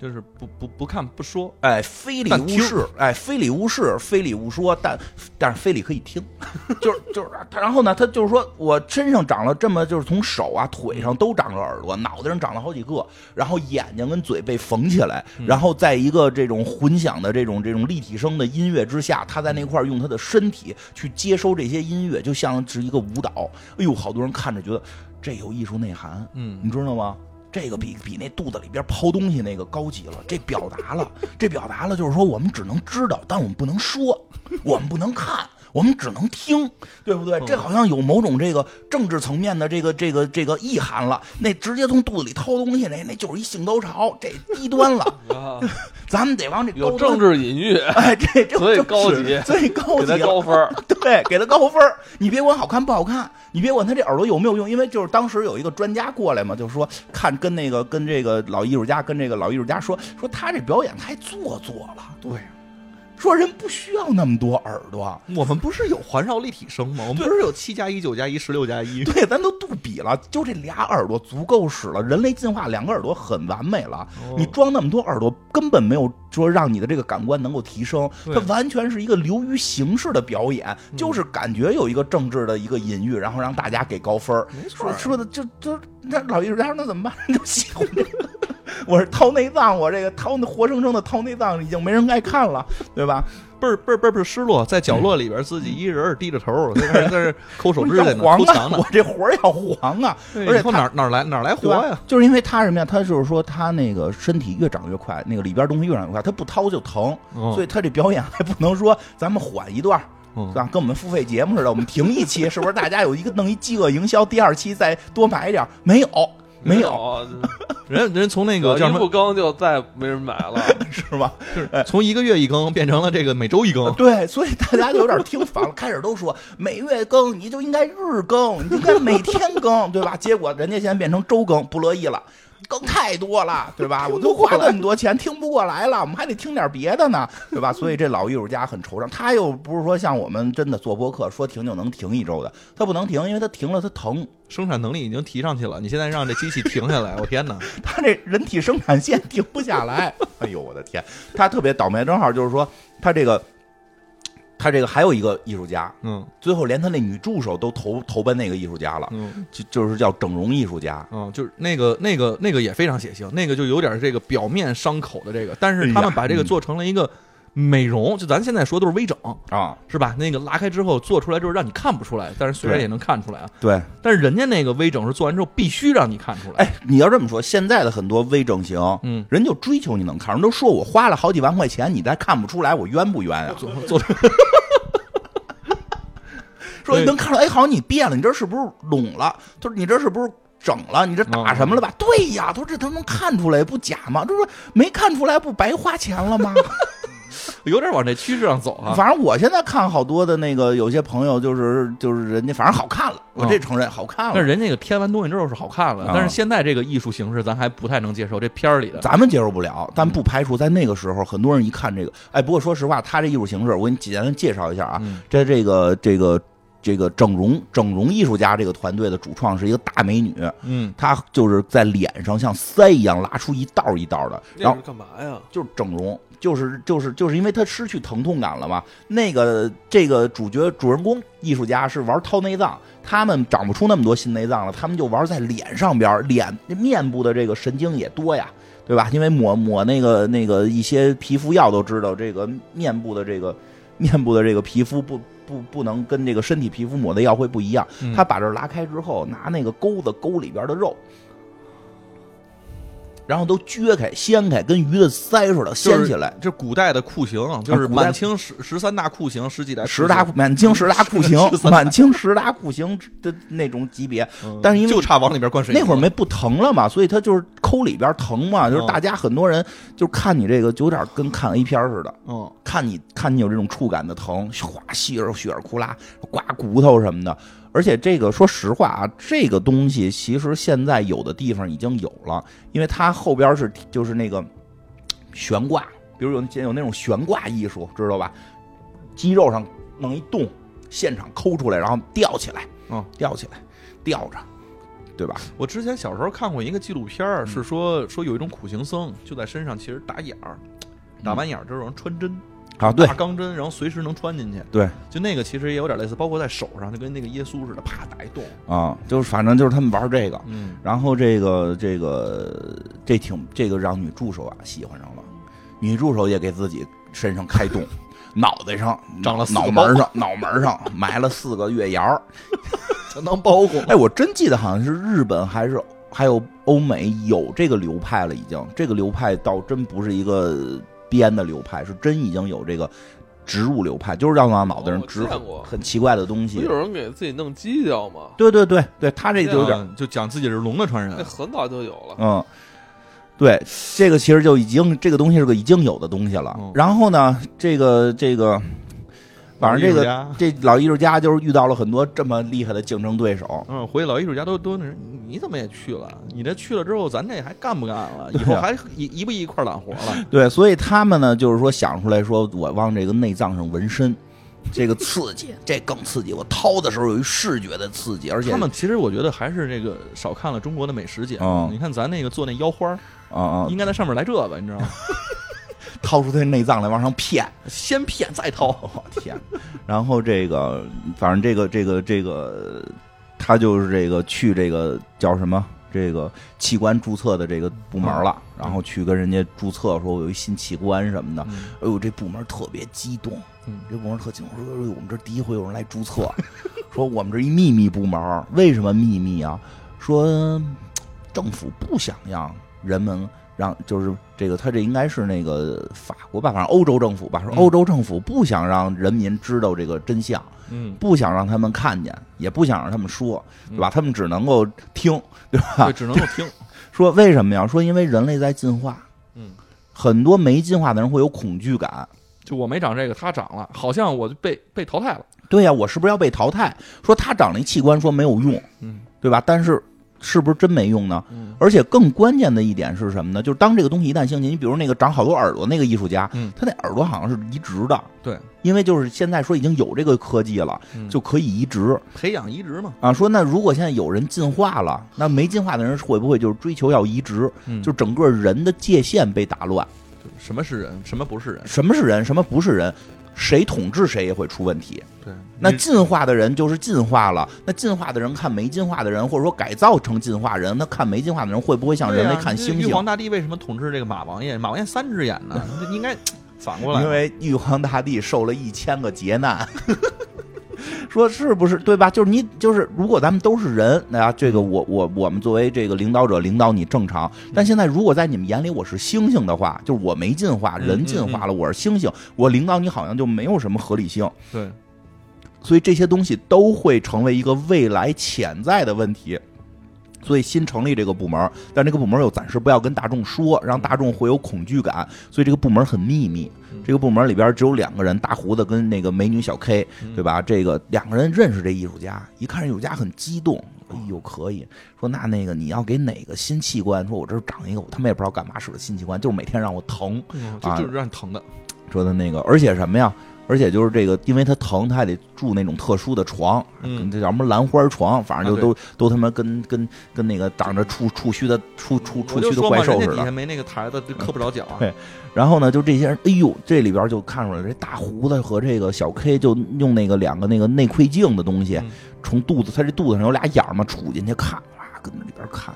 就是不不不看不说，
哎，非礼
但
勿
听
视，哎，非礼勿视，非礼勿说，但但是非礼可以听， (laughs) 就是就是他，然后呢，他就是说我身上长了这么，就是从手啊、腿上都长了耳朵，脑袋上长了好几个，然后眼睛跟嘴被缝起来，
嗯
然后在一个这种混响的这种这种立体声的音乐之下，他在那块儿用他的身体去接收这些音乐，就像是一个舞蹈。哎呦，好多人看着觉得这有艺术内涵，
嗯
你知道吗？这个比比那肚子里边抛东西那个高级了，这表达了，这表达了，就是说我们只能知道，但我们不能说，我们不能看，我们只能听，对不对？
嗯
这好像有某种这个政治层面的这个这个这个意涵了。那直接从肚子里掏东西，那那就是一性高潮，这低端了。
啊，
咱们得往这高
有
端
政，治隐喻，
哎，这这
所以
这
高
是
级
所以高
给
级
他
了
高分儿。
对，给他高分儿你别管好看不好看，你别管他这耳朵有没有用，因为就是当时有一个专家过来嘛，就是说看跟那个跟这个老艺术家跟这个老艺术家说说他这表演太做作了，
对，
说人不需要那么多耳朵。
我们不是有环绕立体声吗？我们不是有七加一、九加一、十六加 (laughs) 一？
(laughs) 对，咱都杜比了，就这俩耳朵足够使了。人类进化两个耳朵很完美了，
哦
你装那么多耳朵根本没有说让你的这个感官能够提升，
对嗯
它完全是一个流于形式的表演，就是感觉有一个政治的一个隐喻，然后让大家给高分儿。
没
说说的就就那老艺术家说那怎么办？ (laughs) 就喜欢这个。我是掏内脏，我这个掏活生生的掏内脏已经没人爱看了，对吧？
倍儿倍儿倍儿倍儿失落，在角落里边自己一人儿低着头，在那儿在那儿抠手指
要
甲呢，
黄
抠墙
啊！
呢
我。这活儿要黄啊！
对
而且
以后
他
哪儿哪儿来哪儿来活
对吧
呀？
就是因为他什么呀？他就是说他那个身体越长越快，那个里边东西越长越快，他不掏就疼，所以他这表演还不能说咱们缓一段儿，
嗯
是吧？跟我们付费节目似的，我们停一期，是不是？大家有一个弄一饥饿营销，第二期再多买一点儿，没有， (laughs) 没有，
有，
人人从那个
老
叫
一
什
不
么，
更就再没人买
(laughs)
了。
是吧？
从一个月一更变成了这个每周一更。
对，所以大家就有点听 (laughs) 烦了。开始都说每月更，你就应该日更，你应该每天更，对吧？结果人家现在变成周更，不乐意了。更太多了，对吧？我都花那么多钱，听不过来了，我们还得听点别的呢，对吧？所以这老艺术家很惆怅，他又不是说像我们真的做播客说停就能停一周的，他不能停，因为他停了他疼，
生产能力已经提上去了，你现在让这机器停下来，我天哪！
他这人体生产线停不下来。 (laughs) 哎呦，我的天！他特别倒霉，正好就是说他这个，他这个还有一个艺术家，
嗯
最后连他那女助手都投投奔那个艺术家了，
嗯
就就是叫整容艺术家。
嗯，就是那个那个那个也非常血腥，那个就有点这个表面伤口的这个，但
哎
是
呀
他们把这个
嗯
做成了一个美容，就咱现在说都是微整，
啊，
是吧？那个拉开之后做出来之后让你看不出来，但是虽然
对
也能看出来啊，
对，
但是人家那个微整是做完之后必须让你看出来。
哎，你要这么说，现在的很多微整形，
嗯，
人就追求你能看，人都说我花了好几万块钱，你再看不出来，我冤不冤啊？
做做
说
对
能看出来，哎，好像你变了，你这是不是拢了？他说你这是不是？整了，
嗯
你这打什么了吧？对呀，他说这他能看出来不假吗？这不是没看出来不白花钱了吗？
有点往这趋势上走啊。
反正我现在看好多的那个有些朋友就是就是人家反正好看了，我这承认好看
但是
了，
嗯人家那个添完东西之后是好看了
啊，
但是现在这个艺术形式咱还不太能接受。这片儿里的
咱们接受不了，但不排除在那个时候，很多人一看这个，哎，不过说实话，他这艺术形式，我给你简单介绍一下啊，
嗯
这这个这个这个整容整容艺术家这个团队的主创是一个大美女，
嗯，
她就是在脸上像腮一样拉出一道一道的，然
那
后
是干嘛呀？
就是整容，就是就是就是因为他失去疼痛感了嘛。那个这个主角主人公艺术家是玩掏内脏，他们长不出那么多新内脏了，他们就玩在脸上边儿，脸面部的这个神经也多呀，对吧？因为抹抹那个那个一些皮肤药都知道，这个面部的这个 (laughs) 面部的这个皮肤不。不不能跟这个身体皮肤抹的药会不一样，
嗯
他把这儿拉开之后，拿那个钩子勾里边的肉，然后都撅开、掀开，跟鱼的鳃似的掀起来。
这古代的酷刑啊，就是
啊古代
满清十十三大酷刑，十几代
十大酷满清十大酷刑嗯
十，三
满清十大酷刑的那种级别，但是因为
就差往里边灌水嗯
那会儿
了
没不疼了嘛，所以他就是抠里边疼嘛，就是
哦
大家很多人就看你这个就有点跟看 A 片似的，
嗯
看你看你有这种触感的疼，哗，血儿血儿哭啦，刮骨头什么的。而且这个说实话啊，这个东西其实现在有的地方已经有了，因为它后边是就是那个。悬挂，比如有有那种悬挂艺术，知道吧？肌肉上弄一洞，现场抠出来，然后吊起来，
嗯，
吊起来，吊着，对吧？
我之前小时候看过一个纪录片儿，是说说有一种苦行僧，就在身上其实打眼儿，打完眼儿之后然后穿针，
啊，对
大钢针，然后随时能穿进去。
对，
就那个其实也有点类似，包括在手上，就跟那个耶稣似的，啪打一洞。
啊，就是反正就是他们玩这个，
嗯，
然后这个这个这挺这个让女助手啊喜欢上了，女助手也给自己身上
(laughs)
开洞，脑袋上
长了四个
脑
包
门上脑门上埋了四个月牙儿。
相当包裹。
哎，我真记得好像是日本还是还有欧美有这个流派了，已经这个流派倒真不是一个编的流派，是真已经有这个植入流派，就是让往脑袋上
哦
植
我见过
很奇怪的东
不
西
有。人给自己弄鸡掉吗？
对对对对，他这就有点
嗯就讲自己是龙的传
那
人，
很早就有了。
嗯，对，这个其实就已经这个东西是个已经有的东西了。
嗯
然后呢，这个这个，反正这
老艺术
个
家
这老艺术家就是遇到了很多这么厉害的竞争对手。
嗯，回去老艺术家都都那人，你怎么也去了？你这去了之后，咱这还干不干 (laughs) 了？以后
对啊
还一一不一块儿揽活 (laughs) 了？
对，所以他们呢，就是说想出来说，我往这个内脏上纹身，这个刺激，这更刺激。我掏的时候有一视觉的刺激，而且
他们其实我觉得还是这个少看了中国的美食节目。
嗯
你看咱那个做那腰花儿，
啊啊、
应该在上面来这个，你知道 (laughs) 吗？
掏出他内脏来往上骗。
先骗再掏，
我 (laughs) 天！然后这个，反正这个这个这个，他就是这个去这个叫什么？这个器官注册的这个部门了，然后去跟人家注册说，我有一新器官什么的。
嗯
哎呦，这部门特别激动，
嗯
这部门特激动，说哎呦我们这第一回有人来注册， (laughs) 说我们这一秘密部门，为什么秘密啊？说嗯政府不想让人们让，就是这个，他这应该是那个法国吧，反正欧洲政府吧，说
嗯
欧洲政府不想让人民知道这个真相，
(laughs) 嗯，
不想让他们看见，也不想让他们说，对吧？他们只能够听，对吧
对，？只能够听。
说为什么呀？说因为人类在进化，
嗯，
很多没进化的人会有恐惧感，
就我没长这个，他长了，好像我就被被淘汰了。
对呀、我是不是要被淘汰？说他长了一器官，说没有用，
嗯
对吧？但是是不是真没用呢？
嗯
而且更关键的一点是什么呢？就是当这个东西一旦兴起，你比如那个长好多耳朵那个艺术家，
嗯
他那耳朵好像是移植的，
对，
因为就是现在说已经有这个科技了，
嗯
就可以移植
培养移植嘛，
啊。说那如果现在有人进化了，那没进化的人会不会就是追求要移植？
嗯
就整个人的界限被打乱，
什么是人，什么不是人。
什么是人，什么不是人，谁统治谁也会出问题。
对，
那进化的人就是进化了，那进化的人看没进化的人，或者说改造成进化人，那看没进化的人会不会像人类看星
啊玉
星？
皇大帝为什么统治这个马王爷？马王爷三只眼呢，这应
(laughs)
该反过来。
因为玉皇大帝受了一千个劫难， (laughs) 说是不是对吧？就是你就是，如果咱们都是人，那、这个
嗯
我我我们作为这个领导者领导你正常，但现在如果在你们眼里我是猩猩的话，就是我没进化，
嗯
人进化了，我是猩猩，我领导你好像就没有什么合理性。
对，
所以这些东西都会成为一个未来潜在的问题。所以新成立这个部门，但这个部门又暂时不要跟大众说，让大众会有恐惧感，所以这个部门很秘密
嗯。
这个部门里边只有两个人，大胡子跟那个美女小 K，
嗯
对吧？这个两个人认识这艺术家，一看这艺术家很激动，哎呦可以说那那个你要给哪个新器官？说我这儿长一个，我他妈也不知道干嘛使的新器官，就是每天让我疼，
嗯就
啊
就是让你疼的。
说的那个，而且什么呀？而且就是这个，因为他疼，他还得住那种特殊的床，
嗯
这叫什么兰花床，反正就
啊
都、都他妈跟跟跟那个长着触触须的触触触
我就
须的
说
怪
嘛，
兽
人家
似
底下
的。嗯
没那个台子，就磕不着脚啊。
对然后呢，就这些人，哎呦，这里边就看出来，这大胡子和这个小 K 就用那个两个那个内窥镜的东西，
嗯
从肚子他这肚子上有俩眼儿嘛，杵进去看，啊，跟那里边看，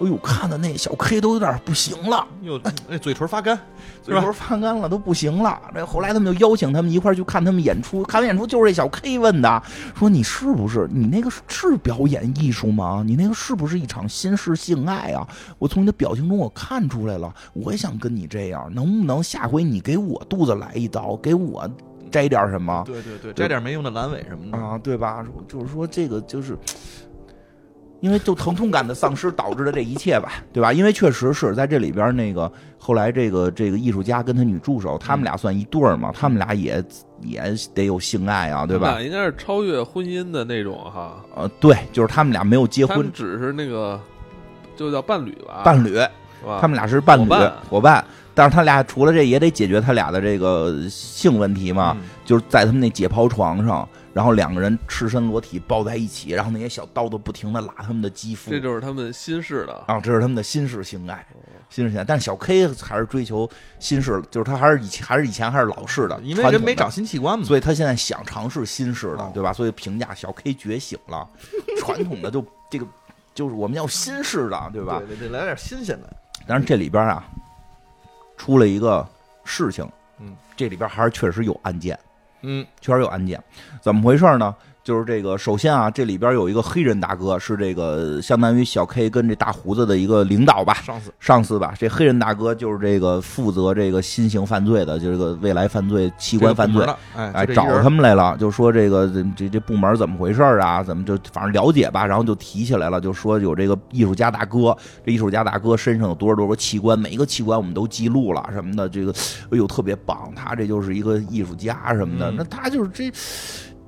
哎呦，看的那小 K 都有点不行了。
又那嘴唇发干，
嘴头翻干了都不行了。这后来他们就邀请他们一块儿去看他们演出，看完演出就是这小 K 问的，说你是不是你那个是表演艺术吗？你那个是不是一场新式性爱啊？我从你的表情中我看出来了，我也想跟你这样，能不能下回你给我肚子来一刀，给我摘点什么
对对
对
对，摘点没用的阑尾什
嗯
么的。
啊？对吧？就是说这个就是。因为就疼痛感的丧失导致的这一切吧，对吧？因为确实是在这里边那个后来这个这个艺术家跟他女助手，他
嗯
们俩算一对儿嘛，他们俩也也得有性爱啊，对
他们
吧
俩？应该是超越婚姻的那种哈，
呃，对，就是他们俩没有结
嗯他
婚
们，只是那个就叫伴侣吧，
伴侣，
是吧？
他们俩是伴侣
伙伴
伙伴，但是他俩除了这也得解决他俩的这个性问题嘛，
嗯
就是在他们那解剖床上，然后两个人赤身裸体抱在一起，然后那些小刀子不停的拉他们的肌肤，
这就是他们心事了。
啊，这是他们的新式性爱，新式性爱。但是小 K 还是追求新式，就是他还是以前还是以前还是老式的，
因为
啊传
人
统
没
的
长新器官嘛，
所以他现在想尝试新式的
哦，
对吧？所以评价小 K 觉醒
(laughs)
了，传统的就这个就是我们要新式的，对吧？
对，得来点新鲜的。
但是这里边啊，出了一个事情，
嗯，
这里边还是确实有案件，
嗯
确实有案件，怎么回事呢？就是这个，首先啊，这里边有一个黑人大哥，是这个相当于小 K 跟这大胡子的一个领导吧，
上次
上司吧，这黑人大哥就是这个负责这个新型犯罪的，就是这个未来犯罪、器官犯罪，，哎，
哎，就这
找
一人
他们来了，就说这个这这这部门怎么回事儿啊？怎么就反正了解吧，然后就提起来了，就说有这个艺术家大哥，这艺术家大哥身上有多少多少个器官，每一个器官我们都记录了什么的，这个哎呦特别棒，他这就是一个艺术家什么的，
嗯
那他就是这。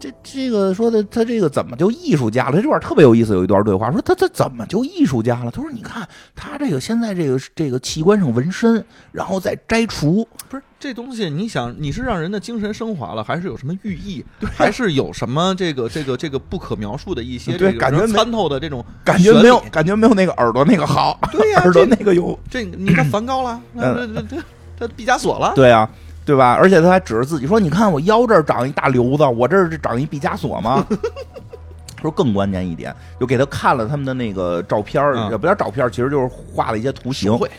这这个说的他这个怎么就艺术家了？这段特别有意思，有一段对话说他他怎么就艺术家了？他说你看他这个现在这个这个器官上纹身，然后再摘除，
不是这东西，你想你是让人的精神升华了，还是有什么
(laughs)
寓意？还是有什么这个这个这个不可描述的一些
对
这个
感觉没
参透的这种
感觉没有
学理
感觉没有那个耳朵那个好，
对
(laughs)
呀
耳朵
这
那个有
这你看梵高
嗯
了，那那那那他毕加索了，
对啊，对吧？而且他还指着自己说：“你看我腰这儿长一大瘤子，我这儿长一毕加索 (laughs) 吗？”说更关键一点，就给他看了他们的那个照片儿，
嗯
也不叫照片儿，其实就是画了一些图形
手。绘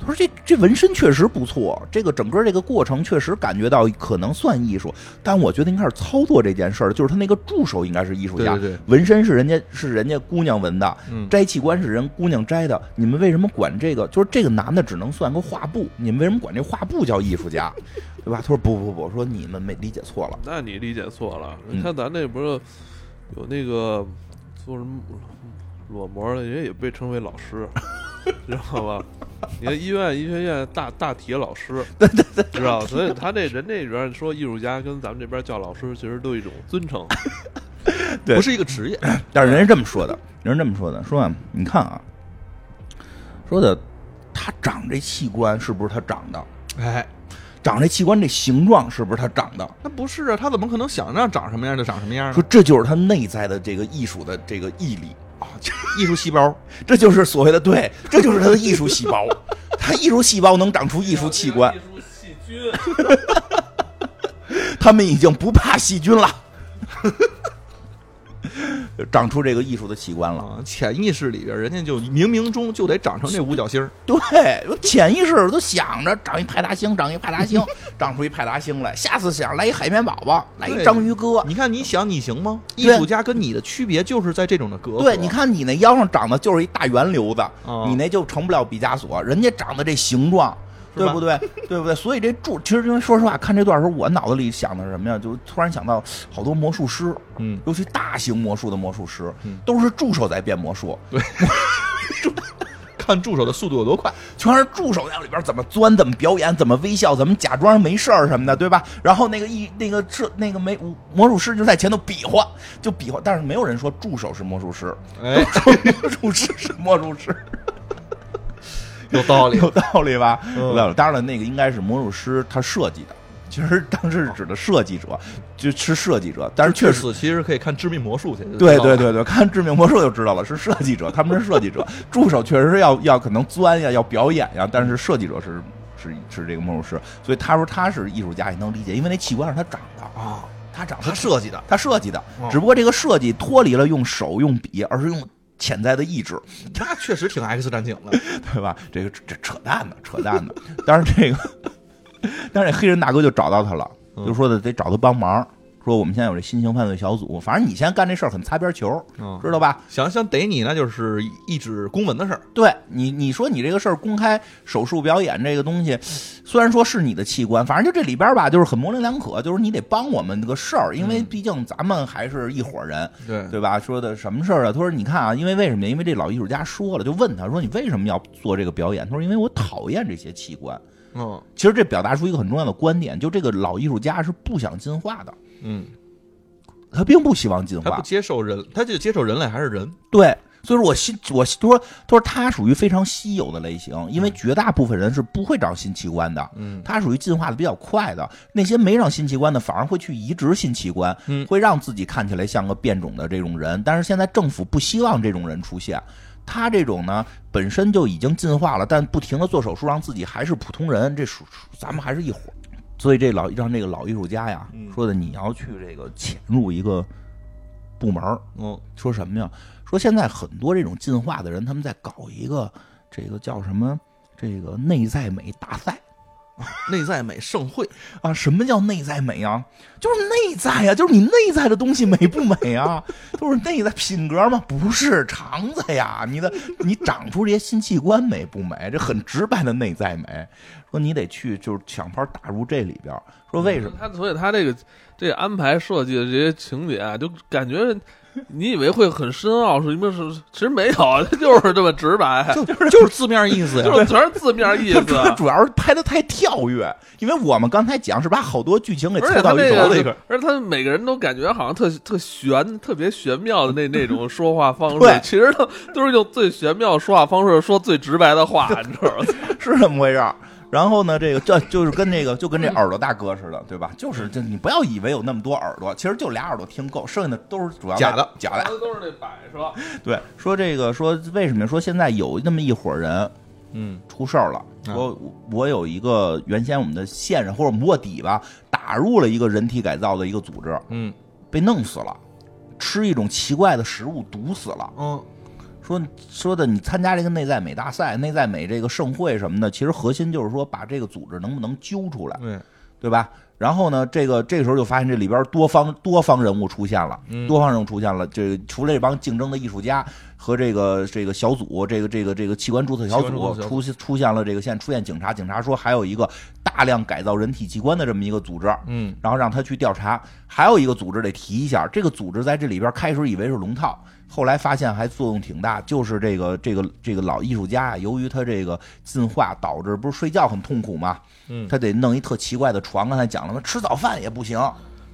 他说这这纹身确实不错，这个整个这个过程确实感觉到可能算艺术，但我觉得应该是操作这件事儿，就是他那个助手应该是艺术
对
家，
对对，
纹身是人家是人家姑娘纹的，
嗯，
摘器官是人姑娘摘的，你们为什么管这个？就是这个男的只能算个画布，你们为什么管这画布叫艺术家， (laughs) 对吧？他说不不不，说你们没理解错了，
那你理解错了。
嗯
你看咱这不是有那个做什么裸模的，人家也被称为老
(laughs)
师，知道吧？你看医院、医学院大大体老师，对对对，知道。所以他这人这里边说艺术家跟咱们这边叫老师，其实都一种尊称。
对
不是一个职业，
但是人是这么说的，人是这么说的，说啊，你看啊，说的他长这器官是不是他长的？
哎，
长这器官这形状是不是他长的？
那不是啊，他怎么可能想让长什么样就长什么样
说
呢？
这就是他内在的这个艺术的这个毅力啊，这
哦艺术细胞，
(laughs) 这就是所谓的对，这就是他的艺术细
(laughs)
胞，他艺术细胞能长出艺术器官
艺。术细菌，
他们已经不怕细菌了， (laughs) 长出这个艺术的器官了。
啊，潜意识里边，人家就冥冥中就得长成这五角星儿，
对，我潜意识都想着长一派大星，长一派大
(laughs)
星，长出一派大星来。下次想来一海绵宝宝，来一
对
章鱼哥。
你看，你想你行吗？
对
艺术家跟你的区别就是在这种的隔阂。
对，你，看你那腰上长的就是一大圆瘤子，
哦
你那就成不了毕加索，人家长的这形状。
是
对
吧
不对？对不对？所以这助，其实因为说实话，看这段的时候，我脑子里想的是什么呀？就突然想到好多魔术师，
嗯，
尤其大型魔术的魔术师
嗯，
都是助手在变魔术，
看助手的速度有多快，
全是助手在里边怎么钻、怎么表演、怎么微笑、怎么假装没事儿什么的，对吧？然后那个一那个这那个没魔术师就在前头比划，就比划，但是没有人说助手是魔术师， (laughs)
哎，
说魔术师是魔术师，
有道理。
有道理吧？
嗯
有道理。当然了，那个应该是魔术师他设计的。其实当时是指的设计者，就是设计者，但是 (laughs) 确
至
实
此其实可以看《致命魔术》去。就
对
知道
对
了，
对对，看《致命魔术》就知道了，是设计者，他们是设计者，助手确实是要要可能钻呀，要表演呀，但是设计者是是是这个魔术师，所以他说他是艺术家也能理解，因为那器官是他长的，
啊，
他长
他设计的，
他设计的
哦，
只不过这个设计脱离了用手用笔，而是用潜在的意志，
那确实挺 X 战警的。
对吧？这个这这扯淡的，扯淡的。但是这个，但是这黑人大哥就找到他了，
嗯
就说的得找他帮忙，说我们现在有这新型犯罪小组，反正你现在干这事儿很擦边球，
嗯
知道吧？
想想逮你，那就是一纸公文的事儿。
对你，你说你这个事儿公开手术表演这个东西，虽然说是你的器官，反正就这里边儿吧，就是很模棱两可，就是你得帮我们这个事儿，因
嗯
为毕竟咱们还是一伙人，
对
对吧？说的什么事儿啊？他说你看啊，因为为什么呀？因为这老艺术家说了，就问他说你为什么要做这个表演？他说因为我讨厌这些器官。
嗯
其实这表达出一个很重要的观点，就这个老艺术家是不想进化的，
嗯，
他并不希望进
他不
化，
接受人，他就接受人类还是人。
对。所以说我新我他说他说他属于非常稀有的类型，因为绝大部分人是不会长新器官的，
嗯
他属于进化的比较快的。那些没长新器官的，反而会去移植新器官，
嗯
会让自己看起来像个变种的这种人。但是现在政府不希望这种人出现。他这种呢，本身就已经进化了，但不停的做手术，让自己还是普通人，这属属咱们还是一伙儿。所以这老让这个老艺术家呀
嗯
说的，你要去这个潜入一个部门儿，
嗯
说什么呀？说现在很多这种进化的人，他们在搞一个这个叫什么？这个内在美大赛
内在美盛会， (laughs)
啊？什么叫内在美啊？就是内在呀、就是你内在的东西美不美啊？ (laughs) 都是内在品格吗？不是肠子呀，你的你长出这些新器官美不美？这很直白的内在美。说你得去就是想法打入这里边儿。说为什么？
他所以他这个这个安排设计的这些情节啊，就感觉你以为会很深奥，是因为是其实没有， (laughs) 它嗯就是这么直白，
就就是字面意思呀
就。是全是字面意
他
思。
(laughs)
啊
他主要是拍的太跳跃，因为我们刚才讲是把好多剧情给
而
凑
且他
到一
那
头了。
个，而且他每个人都感觉好像特特玄、特别玄妙的那那种说话方
对
式，其实都都是用最玄妙的说话方式说最直白的话，你知道
(laughs)
吗？
是这么回事儿。然后呢，这个这就是跟那个就跟这耳朵大哥似的，对吧？就是这你不要以为有那么多耳朵，其实就俩耳朵听够，剩下的都是主要在
假的
假
他
的。
都是那摆设，
对，说这个说为什么说现在有那么一伙人
嗯
出事儿了？
啊
说我有一个原先我们的线人或者我们卧底吧，打入了一个人体改造的一个组织，
嗯
被弄死了，吃一种奇怪的食物毒死了。
嗯
说说的，你参加这个内在美大赛、内在美这个盛会什么的，其实核心就是说把这个组织能不能揪出来，
对，
对吧？然后呢，这个这个时候就发现这里边多方多方人物出现了，
嗯
多方人物出现了。这个除了这帮竞争的艺术家和这个这个小组，这个这个这个器官注册小
器官注
组
册小组
出现出现了这个现在出现警察，警察说还有一个大量改造人体器官的这么一个组织，
嗯
然后让他去调查。还有一个组织得提一下，这个组织在这里边开始以为是龙套，后来发现还作用挺大，就是这个这个这个老艺术家啊，由于他这个进化导致不是睡觉很痛苦嘛，
嗯，
他得弄一特奇怪的床。刚才讲了嘛，吃早饭也不行，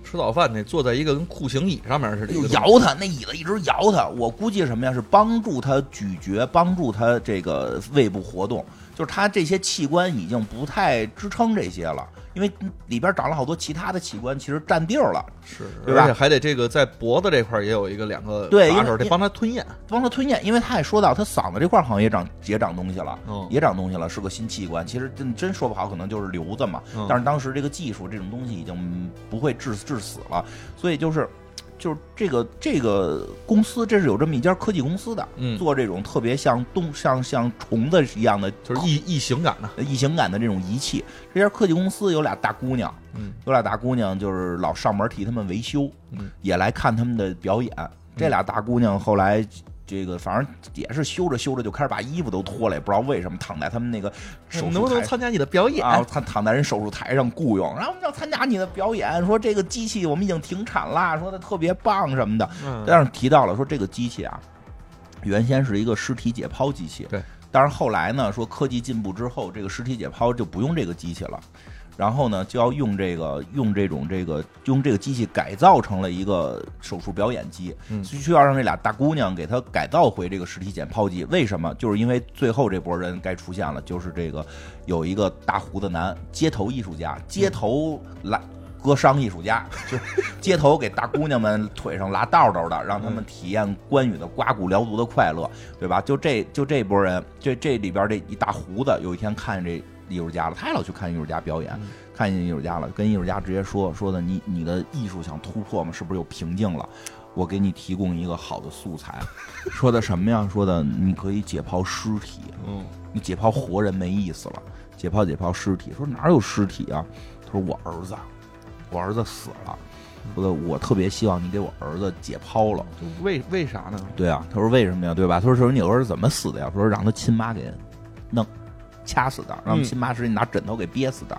吃早饭得坐在一个跟酷刑椅上面似的，
就摇他那椅子一直摇他。我估计什么呀？是帮助他咀嚼，帮助他这个胃部活动，就是他这些器官已经不太支撑这些了。因为里边长了好多其他的器官，其实占地儿了，
是，
对吧
而且还得这个在脖子这块儿也有一个两个
对
把
因
手，
为
得帮他吞咽。
帮他吞咽，因为他也说到他嗓子这块儿好像也长也长东西了，
嗯
也长东西了，是个新器官。其实真真说不好，可能就是瘤子嘛。
嗯
但是当时这个技术这种东西已经不会致致死了，所以就是就是这个这个公司，这是有这么一家科技公司的，
嗯
做这种特别像动像像虫子一样的
就是异异形感呢，
异形感的这种仪器。这家科技公司有俩大姑娘，
嗯
有俩大姑娘就是老上门替他们维修，
嗯
也来看他们的表演。这俩大姑娘后来。这个反正也是修着修着就开始把衣服都脱了，也不知道为什么躺在他们那个手术
能不能
台
参加你的表演？
啊，他躺在人手术台上雇佣，然后我们要参加你的表演，说这个机器我们已经停产啦，说的特别棒什么的。
嗯，
但是提到了说这个机器啊，原先是一个尸体解剖机器，
对。
但是后来呢，说科技进步之后，这个尸体解剖就不用这个机器了，然后呢就要用这个用这种这个用这个机器改造成了一个手术表演机，
嗯
需要让这俩大姑娘给它改造回这个尸体解剖机。为什么？就是因为最后这波人该出现了，就是这个有一个大胡子男，街头艺术家，街头来。
嗯
割伤艺术家，就是街头给大姑娘们腿上拉道道的，让他们体验关羽的刮骨疗毒的快乐，对吧？就这就这波人，这这里边这一大胡子，有一天看见这艺术家了，他也老去看艺术家表演，
嗯
看见艺术家了，跟艺术家直接说说的你你的艺术想突破吗？是不是有瓶颈了？我给你提供一个好的素材，说的什么呀？说的你可以解剖尸体，
嗯，
你解剖活人没意思了，解剖解剖尸体。说哪有尸体啊？他说我儿子，我儿子死了。说的我特别希望你给我儿子解剖了。
就为为啥呢？
对啊，他说为什么呀？对吧？他说说你儿子怎么死的呀？他说让他亲妈给弄掐死的，让他
嗯
亲妈直接拿枕头给憋死的。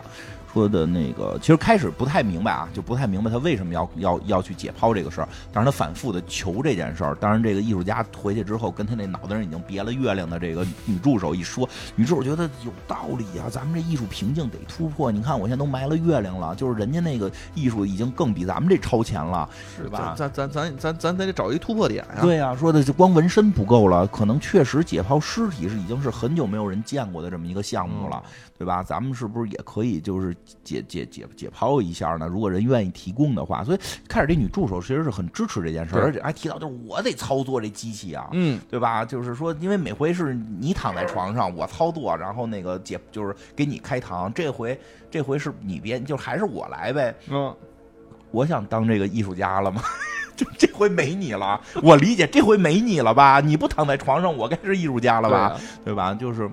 说的那个，其实开始不太明白啊，就不太明白他为什么要要要去解剖这个事儿，但是他反复的求这件事儿。当然，这个艺术家回去之后，跟他那脑袋上已经别了月亮的这个女助手一说，女助手觉得有道理啊，咱们这艺术瓶颈得突破。你看我现在都埋了月亮了，就是人家那个艺术已经更比咱们这超前了，是吧？
咱咱咱咱咱咱得找一突破点呀。
对呀、说的就光纹身不够了，可能确实解剖尸体是已经是很久没有人见过的这么一个项目了，
嗯
对吧？咱们是不是也可以就是解解解解剖一下呢？如果人愿意提供的话，所以开始这女助手其实是很支持这件事儿，
对
而且还提到就是我得操作这机器啊，
嗯，
对吧？就是说，因为每回是你躺在床上，我操作，然后那个解就是给你开膛，这回这回是你别，就还是我来呗。
嗯，
我想当这个艺术家了吗？ (laughs) 这这回没你了，我理解这回没你了吧？你不躺在床上，我该是艺术家了
对
吧？
啊？
对吧？就是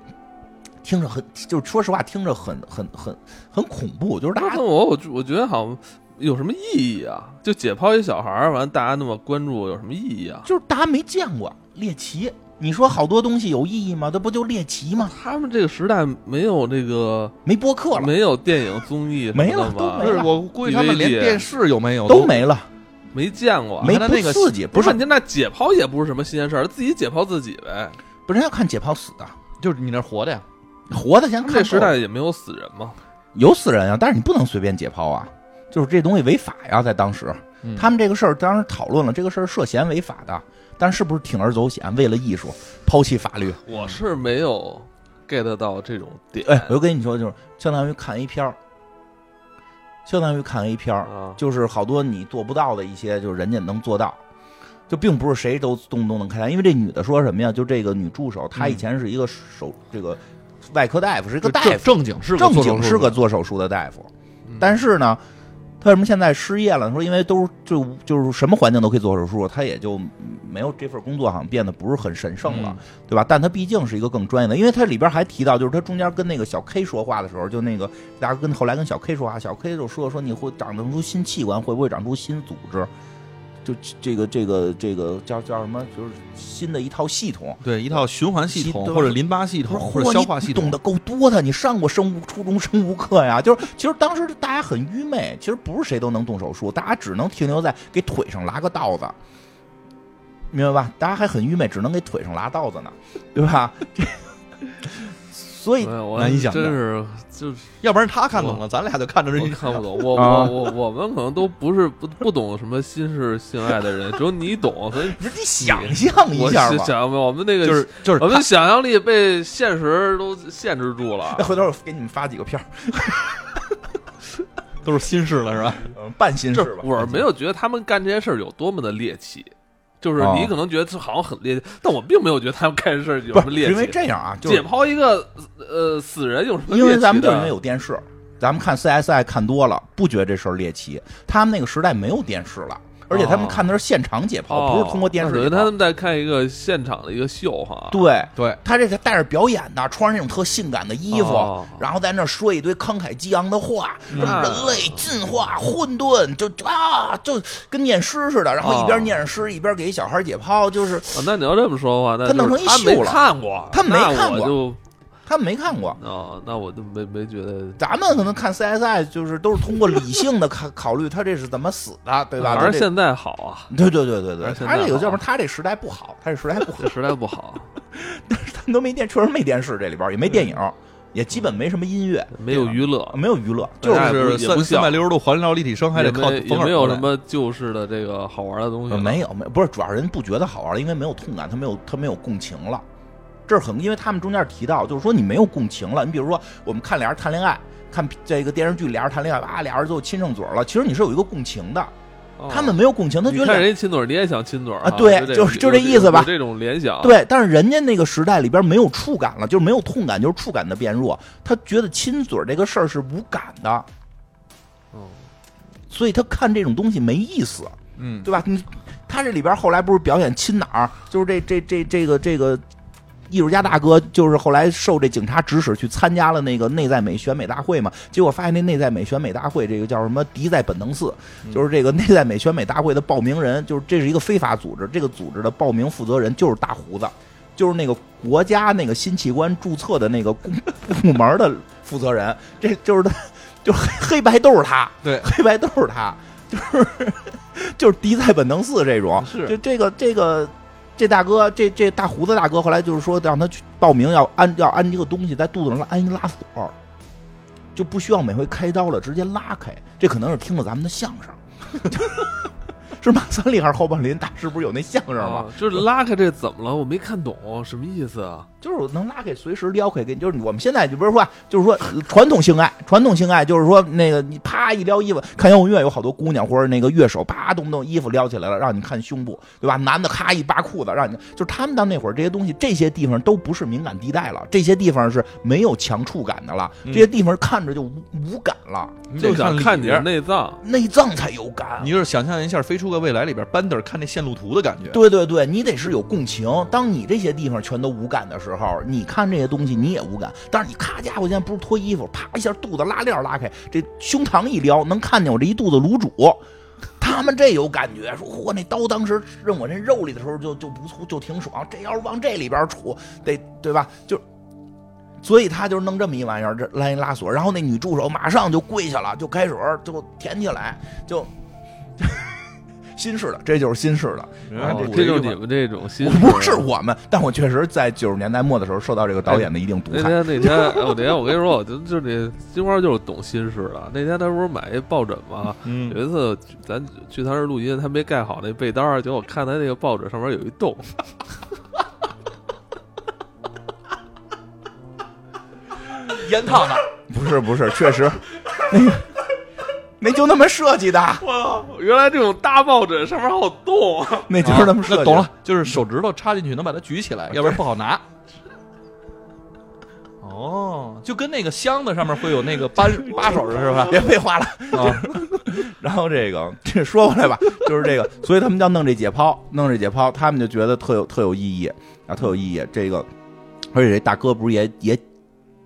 听着很，就是说实话，听着很很很很恐怖，就是大
那
家
我我我觉得好像有什么意义啊？就解剖一小孩儿，完大家那么关注，有什么意义啊？
就是大家没见过猎奇。你说好多东西有意义吗？这不就猎奇吗？
他们这个时代没有这个，
没播客了，
没有电影综艺什么的
没了都
吧
没
不是，
了
我估计他们连
DVD
电视有没有
都没了，
没见过啊，
没
看他那
不
个
刺激，不
不
是
是你那解剖也不是什么新鲜事儿，自己解剖自己呗。
不是要看解剖死的，
就是你那活的呀。
活的先
他们
看
这时
够
代也没有死人嘛，
有死人啊，但是你不能随便解剖啊，就是这东西违法呀，在当时
嗯
他们这个事儿当时讨论了，这个事儿涉嫌违法的，但是不是铤而走险，为了艺术抛弃法律？
我是没有 get 到这种点。
哎，我就跟你说，就是相当于看 A 片儿，相当于看 A 片儿，
啊，
就是好多你做不到的一些，就是人家能做到。就并不是谁都动不动能看见，因为这女的说什么呀？就这个女助手，她以
嗯
前是一个手、这个外科大夫，是一个
就
大
正
夫，
正经是个
正
做手
经
术
是个
的嗯
做手术的大夫，嗯但
是
是呢，他为什么现在失业了？说因为都是就就是什么环境都可以做手术，他也就没有这份工作好像变得不是很神圣
嗯
了，对吧？但他毕竟是一个更专业的，因为他里边还提到，就是他中间跟那个小 K 说话的时候，就那个大家跟后来跟小 K 说话，小 K 就说说你会长得出新器官，会不会长出新组织？就这个这个这个叫叫什么？就是新的一套系统。
对一套循环系
系
统
对
或者淋巴系统
不
或
是
者
嚯
消化系
你懂
统
得。够多的，你上过生物初中生物课呀？就是其实当时大家很愚昧，其实不是谁都能动手术，大家只能停留在给腿上拉个道子。明白吧？大家还很愚昧，只能给腿上拉道子呢，对吧？ (laughs) 这所以
我
难以想象
真是就是
要不然他看懂了，咱俩就看着
我
人家
看不。懂，我
啊
我我我们可能都不是不不懂什么新式性爱的
(laughs)
人，只有你懂，所以
不是你想象一
我
下
是
吧。
想我们那个
就是就是
我们想象力被现实都限制住了
那。回头我给你们发几个片儿，
他都是心事了是吧？
嗯半新
就
式
是
吧。
我没有觉得他们干这些事儿有多么的猎奇，就是
哦
你可能觉得这好像很猎奇，但我并没有觉得他们干这事儿有
不
什么
是
猎
因为
奇。
这样啊，就是
解剖一个呃死人有什么猎奇的？
因为咱们就是因为有电视，咱们看 CSI 看多了，不觉得这事儿猎奇。他们那个时代没有电视了，而且他们看的是现场解剖，
哦，
不是通过电视
那等
解
于他
剖。
们在看一个现场的一个秀哈。
对
对，
他这是带着表演的，穿着那种特性感的衣服，
哦嗯
然后在那儿说一堆慷慨激昂的话，什么
那
人类进化混沌，就啊，就跟念诗似的，然后一边
哦
念着诗，一边给小孩解剖，就是
啊，那你要这么说的话，那
他弄
就是
成一
他没
秀了
看过，
他没看
那
过
我就
他们没看过。
啊，那我就没没觉得。
咱们可能看 CSI 就是都是通过理性的考考虑他这是怎么死的，对
嗯
吧？
反
就
正
这
现在好啊，
对对对对对，
而且
他这
那好
个要不然他这时代不好，他这时代不好，
这时代不好，
他们都没电，确实没电视，这里边也没电影，也基本没什么音乐，
嗯没有
对吧啊嗯
娱乐，
没有娱乐，
对
就
大家
哎是
也不
就是
也不
三三
像
百六十度环绕立体声，还得
也
靠
没
风
也
耳
没有
朵
什么旧式的这个好玩的东西
呃
了，
没有没有不是，主要人不觉得好玩，因为没有痛感，他没有他没有共情了。这是很，因为他们中间提到，就是说你没有共情了。你比如说，我们看俩人谈恋爱，看这个电视剧俩人谈恋爱，啊，俩人就亲上嘴了。其实你是有一个共情的，
哦
他们没有共情，他觉
你
得
看
俩
人家亲嘴儿，你也想亲嘴儿
啊对
这
就
种
是就这意思吧
有这种联想，
对，但是人家那个时代里边没有触感了，就是没有痛感，就是触感的变弱。他觉得亲嘴儿这个事儿是无感的，
嗯，
所以他看这种东西没意思，
嗯，
对吧？你他这里边后来不是表演亲哪儿，就是这这这这个这个艺术家大哥，就是后来受这警察指使去参加了那个内在美选美大会嘛，结果发现那内在美选美大会这个叫什么敌在本能寺，就是这个内在美选美大会的报名人，就是这是一个非法组织，这个组织的报名负责人就是大胡子，就是那个国家那个新器官注册的那个公部门的负责人，这就是他。就是黑黑白都是他，
对
黑白都是他，就是就是敌在本能寺这种，
是
就这个这个这大哥这这大胡子大哥后来就是说让他去报名要安要安一个东西在肚子上安一拉锁，就不需要每回开刀了，直接拉开。这可能是听了咱们的相声， (laughs) 是马三立还是侯宝林大师不是有那相声
啊
吗？
就是拉开这怎么了？我没看懂什么意思啊？
就是能拉开，随时撩开，给你就是我们现在就不是说，就是说呃传统性爱，传统性爱就是说那个你啪一撩衣服，看摇滚乐有好多姑娘或者那个乐手啪动不动衣服撩起来了，让你看胸部，对吧？男的咔一扒裤子，让你就是他们到那会儿这些东西，这些地方都不是敏感地带了，这些地方是没有强触感的了，这些地方看着就无无感了，
你
就
得
想看你
里边
的内脏，
内脏才有感。
你就是想象一下《飞出个未来》里边班德尔看那线路图的感觉。
对对对，你得是有共情。当你这些地方全都无感的时候，你看这些东西你也无感。但是你咔家伙，现在不是脱衣服，啪一下肚子拉链拉开，这胸膛一撩，能看见我这一肚子卤煮。 (laughs) 他们这有感觉，说嚯，那刀当时扔我这肉里的时候就就不错，就挺爽。这要是往这里边杵，得对吧？就。所以他就是弄这么一玩意儿，这拉一拉锁，然后那女助手马上就跪下了，就开始就舔起来，就新式的，这就是新式的。
然后
哦
嗯啊这就是
我
你们这种心
我
思。
不是我们，但我确实在九十年代末的时候受到这个导演的一定毒
那
害。
天那天，哎我那天我跟你说，我就就这金花就是懂心事了。那天他不是买一抱枕吗？
嗯， (laughs)
有一次咱去他那儿录音，他没盖好那被单儿，结果我看他那个抱枕上面有一洞，
烟烫的，
不是不是，确实， (laughs) 那就那么设计的，
哇，原来这种大抱枕上面还有洞啊！
那就是那么设计
那
的。
懂了，就是手指头插进去能把它举起来，要不然不好拿。哦，就跟那个箱子上面会有那个扳把手似的，是 (laughs) 吧？
别废话了。
啊，
(laughs) 然后这个这说回来吧， (laughs) 就是这个，所以他们叫弄这解剖，弄这解剖，他们就觉得特有特有意义啊，特有意义。这个，而且这大哥不是也也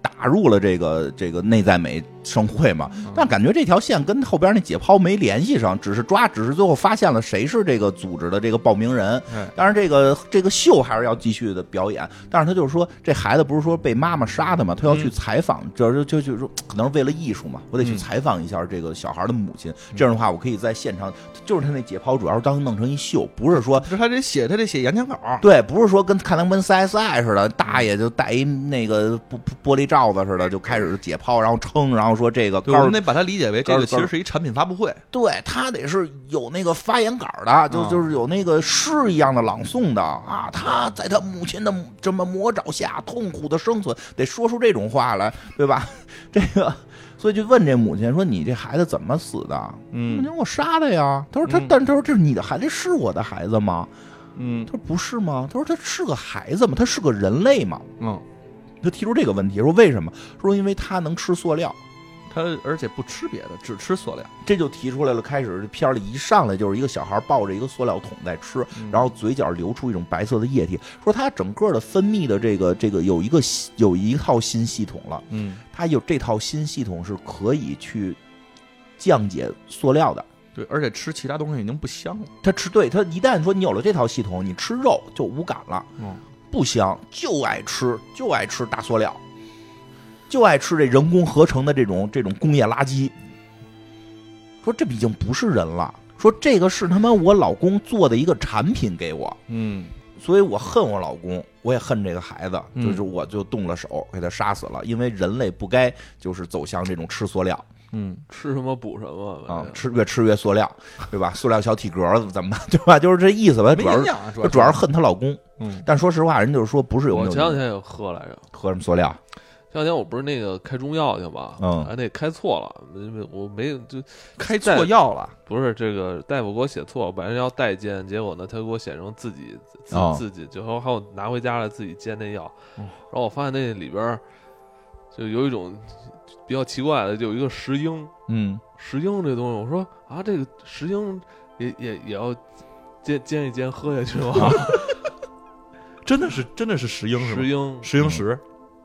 打入了这个这个内在美盛会嘛？但感觉这条线跟后边那解剖没联系上，只是抓，只是最后发现了谁是这个组织的这个报名人
哎。
当然，这个这个秀还是要继续的表演。但是他就是说，这孩子不是说被妈妈杀的嘛，他要去
嗯
采访，就是就就是说，可能是为了艺术嘛，我得去
嗯
采访一下这个小孩的母亲。这样的话，我可以在现场，就是他那解剖主要是当弄成一秀，不是说
就是他得写，他得写演讲稿。
对，不是说跟看他们跟 CSI 似的，大爷就戴一那个玻玻璃罩子似的，就开始解剖，然后称，然后说这个
对，我
高
们得把它理解为这个其实是一产品发布会。
对他得是有那个发言稿的，就
啊
就是有那个诗一样的朗诵的啊。他在他母亲的这么魔爪下痛苦的生存，得说出这种话来，对吧？ (laughs) 这个，所以就问这母亲说：“你这孩子怎么死的？”母
嗯
亲，我杀的呀。他说他
嗯，
但是他说这是你的孩子，是我的孩子吗？
嗯
他说不是吗？他说他是个孩子吗？他是个人类吗？
嗯，
他提出这个问题，说为什么？说因为他能吃塑料。
他而且不吃别的，只吃塑料。
这就提出来了，开始这片儿里一上来就是一个小孩抱着一个塑料桶在吃，然后嘴角流出一种白色的液体，说他整个的分泌的这个这个有一个系有一套新系统了，
嗯，
他有这套新系统是可以去降解塑料的。
对，而且吃其他东西已经不香了。
他吃对他一旦说你有了这套系统，你吃肉就无感了，
嗯，
不香，就爱吃就爱吃大塑料，就爱吃这人工合成的这种这种工业垃圾。说这已经不是人了，说这个是他妈我老公做的一个产品给我，
嗯，
所以我恨我老公，我也恨这个孩子，
嗯
就是我就动了手给他杀死了，因为人类不该就是走向这种吃塑料
嗯，
吃什么补什么
啊，吃越吃越塑料，对吧？塑料小体格子怎么办，对吧？就是这意思吧，
没
主要
营
是
养啊，主
她
要
主要是恨她老公，
嗯
但说实话，人就是说不是有没
我
有
前两天也喝来着，
喝什么塑料，
前两天我不是那个开中药去嘛，
嗯
哎，那开错了，因为我没有就
开错药了。
不是这个大夫给我写错，本来要代煎，结果呢，他给我写成自己自、
哦
自己，最后还有拿回家了自己煎那药，
嗯
然后我发现那里边儿就有一种比较奇怪的，就有一个石英，
嗯，
石英这东西，我说啊，这个石英也也也要煎煎一煎喝下去吗？
真的是真的是 (laughs) 石英嗯是
石
吗？
英
石英石，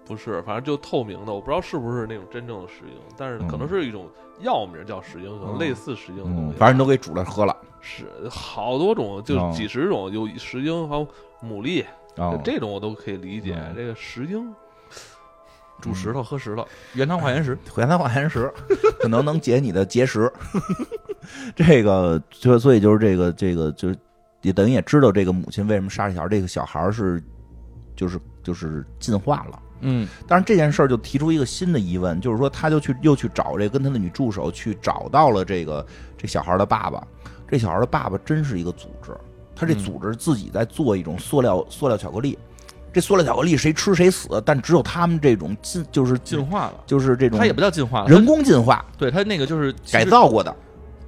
不是，反正就透明的，我不知道是不是那种真正的石英，但是
嗯
可能是一种药名叫石英，可能类似石英的东
嗯，
西。
反正都给煮了喝了。
是好多种，就
哦
几十种，有石英，还有牡蛎，
啊，
这种我都可以理解
嗯。
这个石英，
煮石头喝石头，原汤化原食。
回答化岩石， (laughs) 可能能解你的结石。 (laughs) 这个就所以就是这个这个就是也等于也知道这个母亲为什么杀这小孩，这个小孩是就是就是进化了。
嗯
但是这件事儿就提出一个新的疑问，就是说他就去又去找这跟他的女助手去找到了这个这小孩的爸爸，这小孩的爸爸真是一个组织，他这
嗯
组织自己在做一种塑料塑料巧克力，这塑料巧克力谁吃谁死，但只有他们这种进就是
进化了，
就是这种
它也不叫进化了，
人工进化
对它那个就是其实
改造过的，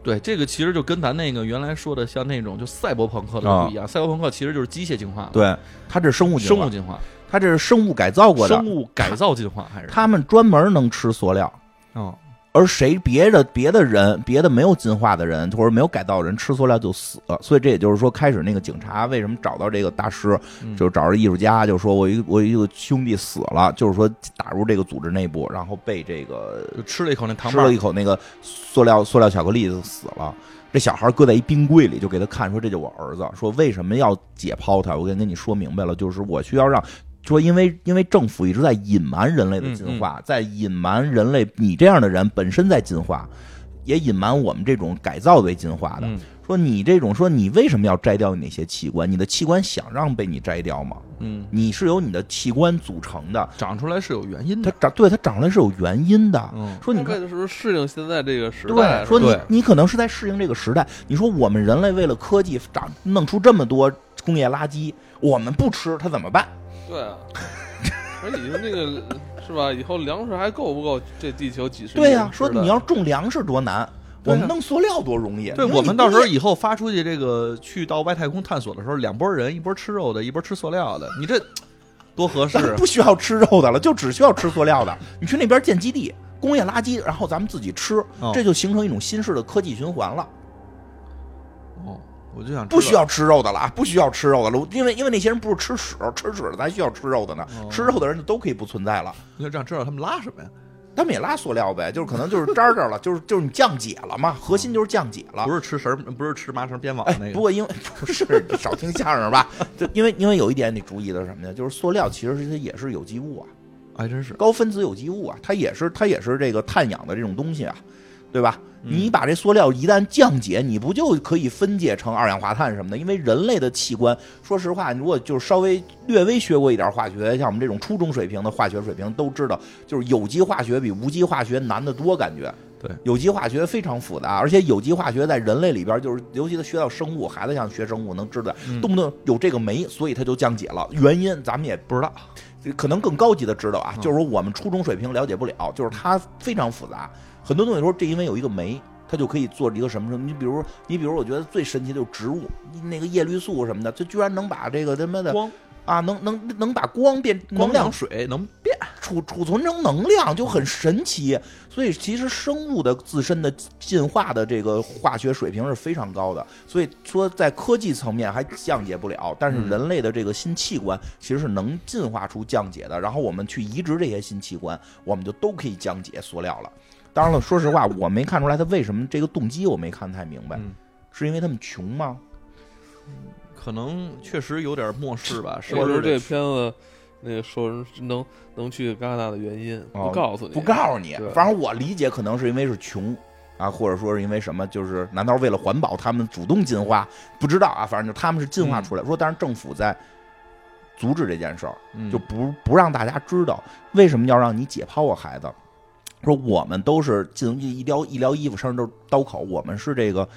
对，这个其实就跟咱那个原来说的像那种就赛博朋克的就不一样，赛博朋克其实就是机械进化，，
对，他这是生物进
啊生物
化，
进化，
他这是生物改造过的
生，物改造进化还是
他们专门能吃塑料。
哦，
而谁别的别的人，别的没有进化的人，或者没有改造的人吃塑料就死了。所以这也就是说，开始那个警察为什么找到这个大师，
嗯
就是找着艺术家，就说我一我一个兄弟死了，就是说打入这个组织内部，然后被这个
就吃了一口那糖
吃
棒
了一，口那个塑料塑料巧克力就死了。这小孩搁在一冰柜里，就给他看，说这就我儿子。说为什么要解剖他？我跟跟你说明白了，就是我需要让说，因为因为政府一直在隐瞒人类的
嗯
进化，在隐瞒人类，你这样的人本身在进化，也隐瞒我们这种改造为进化的。
嗯
说你这种说你为什么要摘掉你那些器官？你的器官想让被你摘掉吗？
嗯，
你是由你的器官组成的，
长出来是有原因
它
的，
长对它长出来是有原因的。
嗯，
说你看
为。的是不是适应现在这个时代？
对，说你 (laughs)
对
你可能是在适应这个时代。你说我们人类为了科技长弄出这么多工业垃圾，我们不吃它怎么办？
对啊，而以后那个是吧？以后粮食还够不够这地球几十年？
对呀、说
是的
你要种粮食多难，
对
我
啊
们弄塑料多容易。
对
你说
我
你
们到时候
(laughs) 工业
以后发出去这个去到外太空探索的时候，两拨人，一拨吃肉的，一拨吃塑料的，你这多合适
咱
啊
们！ (laughs) 不需要吃肉的了，就只需要吃塑料的。你去那边建基地，工业垃圾，然后咱们自己吃，
哦
这就形成一种新式的科技循环了。
哦，我就想知道
不需要吃肉的了啊，不需要吃肉的了，因为因为那些人不是吃屎，吃屎的才需要吃肉的呢，
哦
吃肉的人就都可以不存在了。
就这样知道他们拉什么呀？
他们也拉塑料呗，就是可能就是渣儿
(laughs)
渣了，就是就是你降解了嘛，核心就是降解了。
嗯不是吃绳儿，不是吃麻绳编网
哎
的那，个。
啊不过因为不是你少听相声吧，就因为因为有一点你注意的是什么呀？就是塑料其实是它也是有机物啊，
还真是，
高分子有机物啊，它也是它也是这个碳氧的这种东西啊，对吧？你把这塑料一旦降解，你不就可以分解成二氧化碳什么的？因为人类的器官，说实话，如果就是稍微略微学过一点化学，像我们这种初中水平的化学水平都知道，就是有机化学比无机化学难得多，感觉。
对，
有机化学非常复杂，而且有机化学在人类里边，就是尤其他学到生物，孩子想学生物能知道，
嗯
动不动有这个酶，所以它就降解了。原因咱们也
不知道，
可能更高级的知道啊，
嗯
就是说我们初中水平了解不了，就是它非常复杂，很多东西说这因为有一个酶，它就可以做一个什么什么。你比如，你比如，我觉得最神奇的就是植物，那个叶绿素什么的，它居然能把这个他妈的
光
啊，能能能把光变能
光
量
能水能变，
储储存成能量，就
嗯
很神奇。所以其实生物的自身的进化的这个化学水平是非常高的，所以说在科技层面还降解不了，但是
嗯
人类的这个新器官其实是能进化出降解的。然后我们去移植这些新器官，我们就都可以降解塑料了。当然了，说实话，我没看出来他为什么这个动机，我没看太明白
嗯，
是因为他们穷吗？
可能确实有点漠视吧，是
我
不
说
是
这片子那个说能能去戛纳的原因，
哦
不告诉你，
不告诉你
对。
反正我理解，可能是因为是穷啊，或者说是因为什么，就是难道为了环保，他们主动进化？不知道啊，反正就他们是进化出来。说，但是政府在阻止这件事儿，
嗯
就不不让大家知道为什么要让你解剖我啊孩子。说我们都是进一撩一撩衣服上都是刀口，我们是这个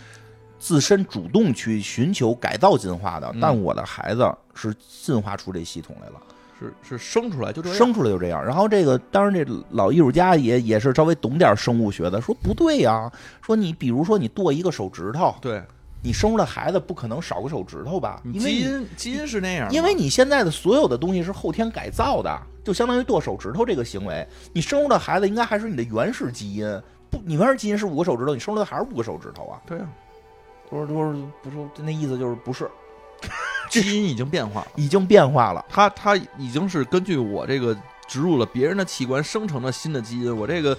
自身主动去寻求改造进化的，
嗯
但我的孩子是进化出这系统来了。
是是生出来就这样，
生出来就这样。然后这个，当然这老艺术家也也是稍微懂点生物学的，说不对呀、说你比如说你剁一个手指头，
对，
你生出来孩子不可能少个手指头吧？因为
基
你
因基因是那样嘛，
因为你现在的所有的东西是后天改造的，就相当于剁手指头这个行为，你生出来孩子应该还是你的原始基因。不，你原始基因是五个手指头，你生出来还是五个手指头啊？
对啊，
都是都是不是那意思就是不是
基因已经变化了，
已经变化了。
它它已经是根据我这个植入了别人的器官生成的新的基因，我这个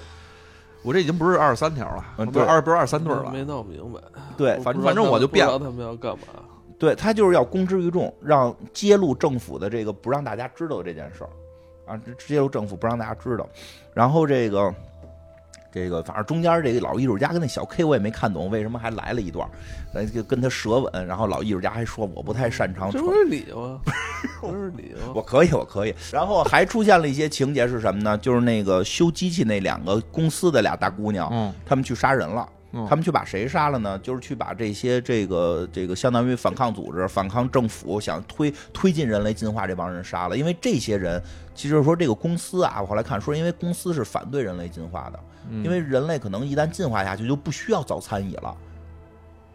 我这已经不是二十三条了，
嗯
不是
对
二不是二十三对儿
没没
了，啊
闹明白。
对，
不
反
知道
正
反正
他
我就
们
变
不知道他们要干嘛。
对他就是要公之于众，让揭露政府的这个不让大家知道这件事儿。啊，直直接由政府不让大家知道。然后这个这个，反正中间这个老艺术家跟那小 K 我也没看懂，为什么还来了一段，咱就跟他舌吻，然后老艺术家还说我不太擅长
这
传
不是你
(laughs)
吗？不是你吗？
我可以，我可以。然后还出现了一些情节是什么呢？就是那个修机器那两个公司的俩大姑娘，
嗯，
她们去杀人了。
嗯
她们去把谁杀了呢？就是去把这些这个这个相当于反抗组织、反抗政府，想推推进人类进化这帮人杀了。因为这些人，其实说这个公司啊，我后来看说，因为公司是反对人类进化的，
嗯
因为人类可能一旦进化下去就不需要早餐蚁了。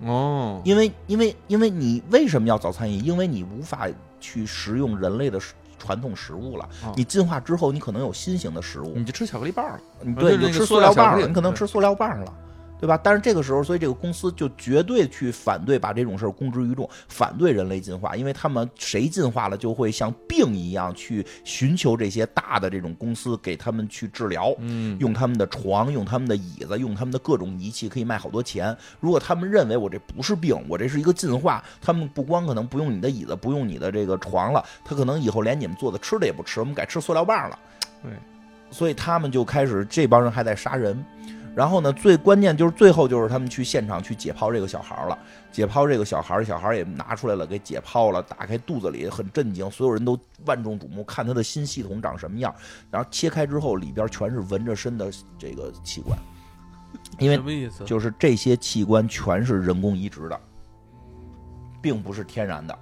哦，
因为因为因为你为什么要早餐饮？因为你无法去食用人类的食传统食物了
哦。
你进化之后，你可能有新型的食物
你，就吃巧克力棒儿了，
你
啊
对，
就是
你
那
吃
个塑
塑
料
料
巧克
棒
力
了，你可能
对
吃塑料棒了。对吧？但是这个时候，所以这个公司就绝对去反对把这种事儿公之于众，反对人类进化，因为他们谁进化了，就会像病一样去寻求这些大的这种公司给他们去治疗。
嗯，
用他们的床，用他们的椅子，用他们的各种仪器，可以卖好多钱。如果他们认为我这不是病，我这是一个进化，他们不光可能不用你的椅子，不用你的这个床了，他可能以后连你们做的吃的也不吃，我们改吃塑料棒了。
对，
所以他们就开始，这帮人还在杀人。然后呢，最关键就是最后就是他们去现场去解剖这个小孩儿了，解剖这个小孩儿，小孩儿也拿出来了，给解剖了，打开肚子里很震惊，所有人都万众瞩目，看他的新系统长什么样。然后切开之后，里边全是纹着身的这个器官，因为
什么意思？
就是这些器官全是人工移植的，并不是天然的，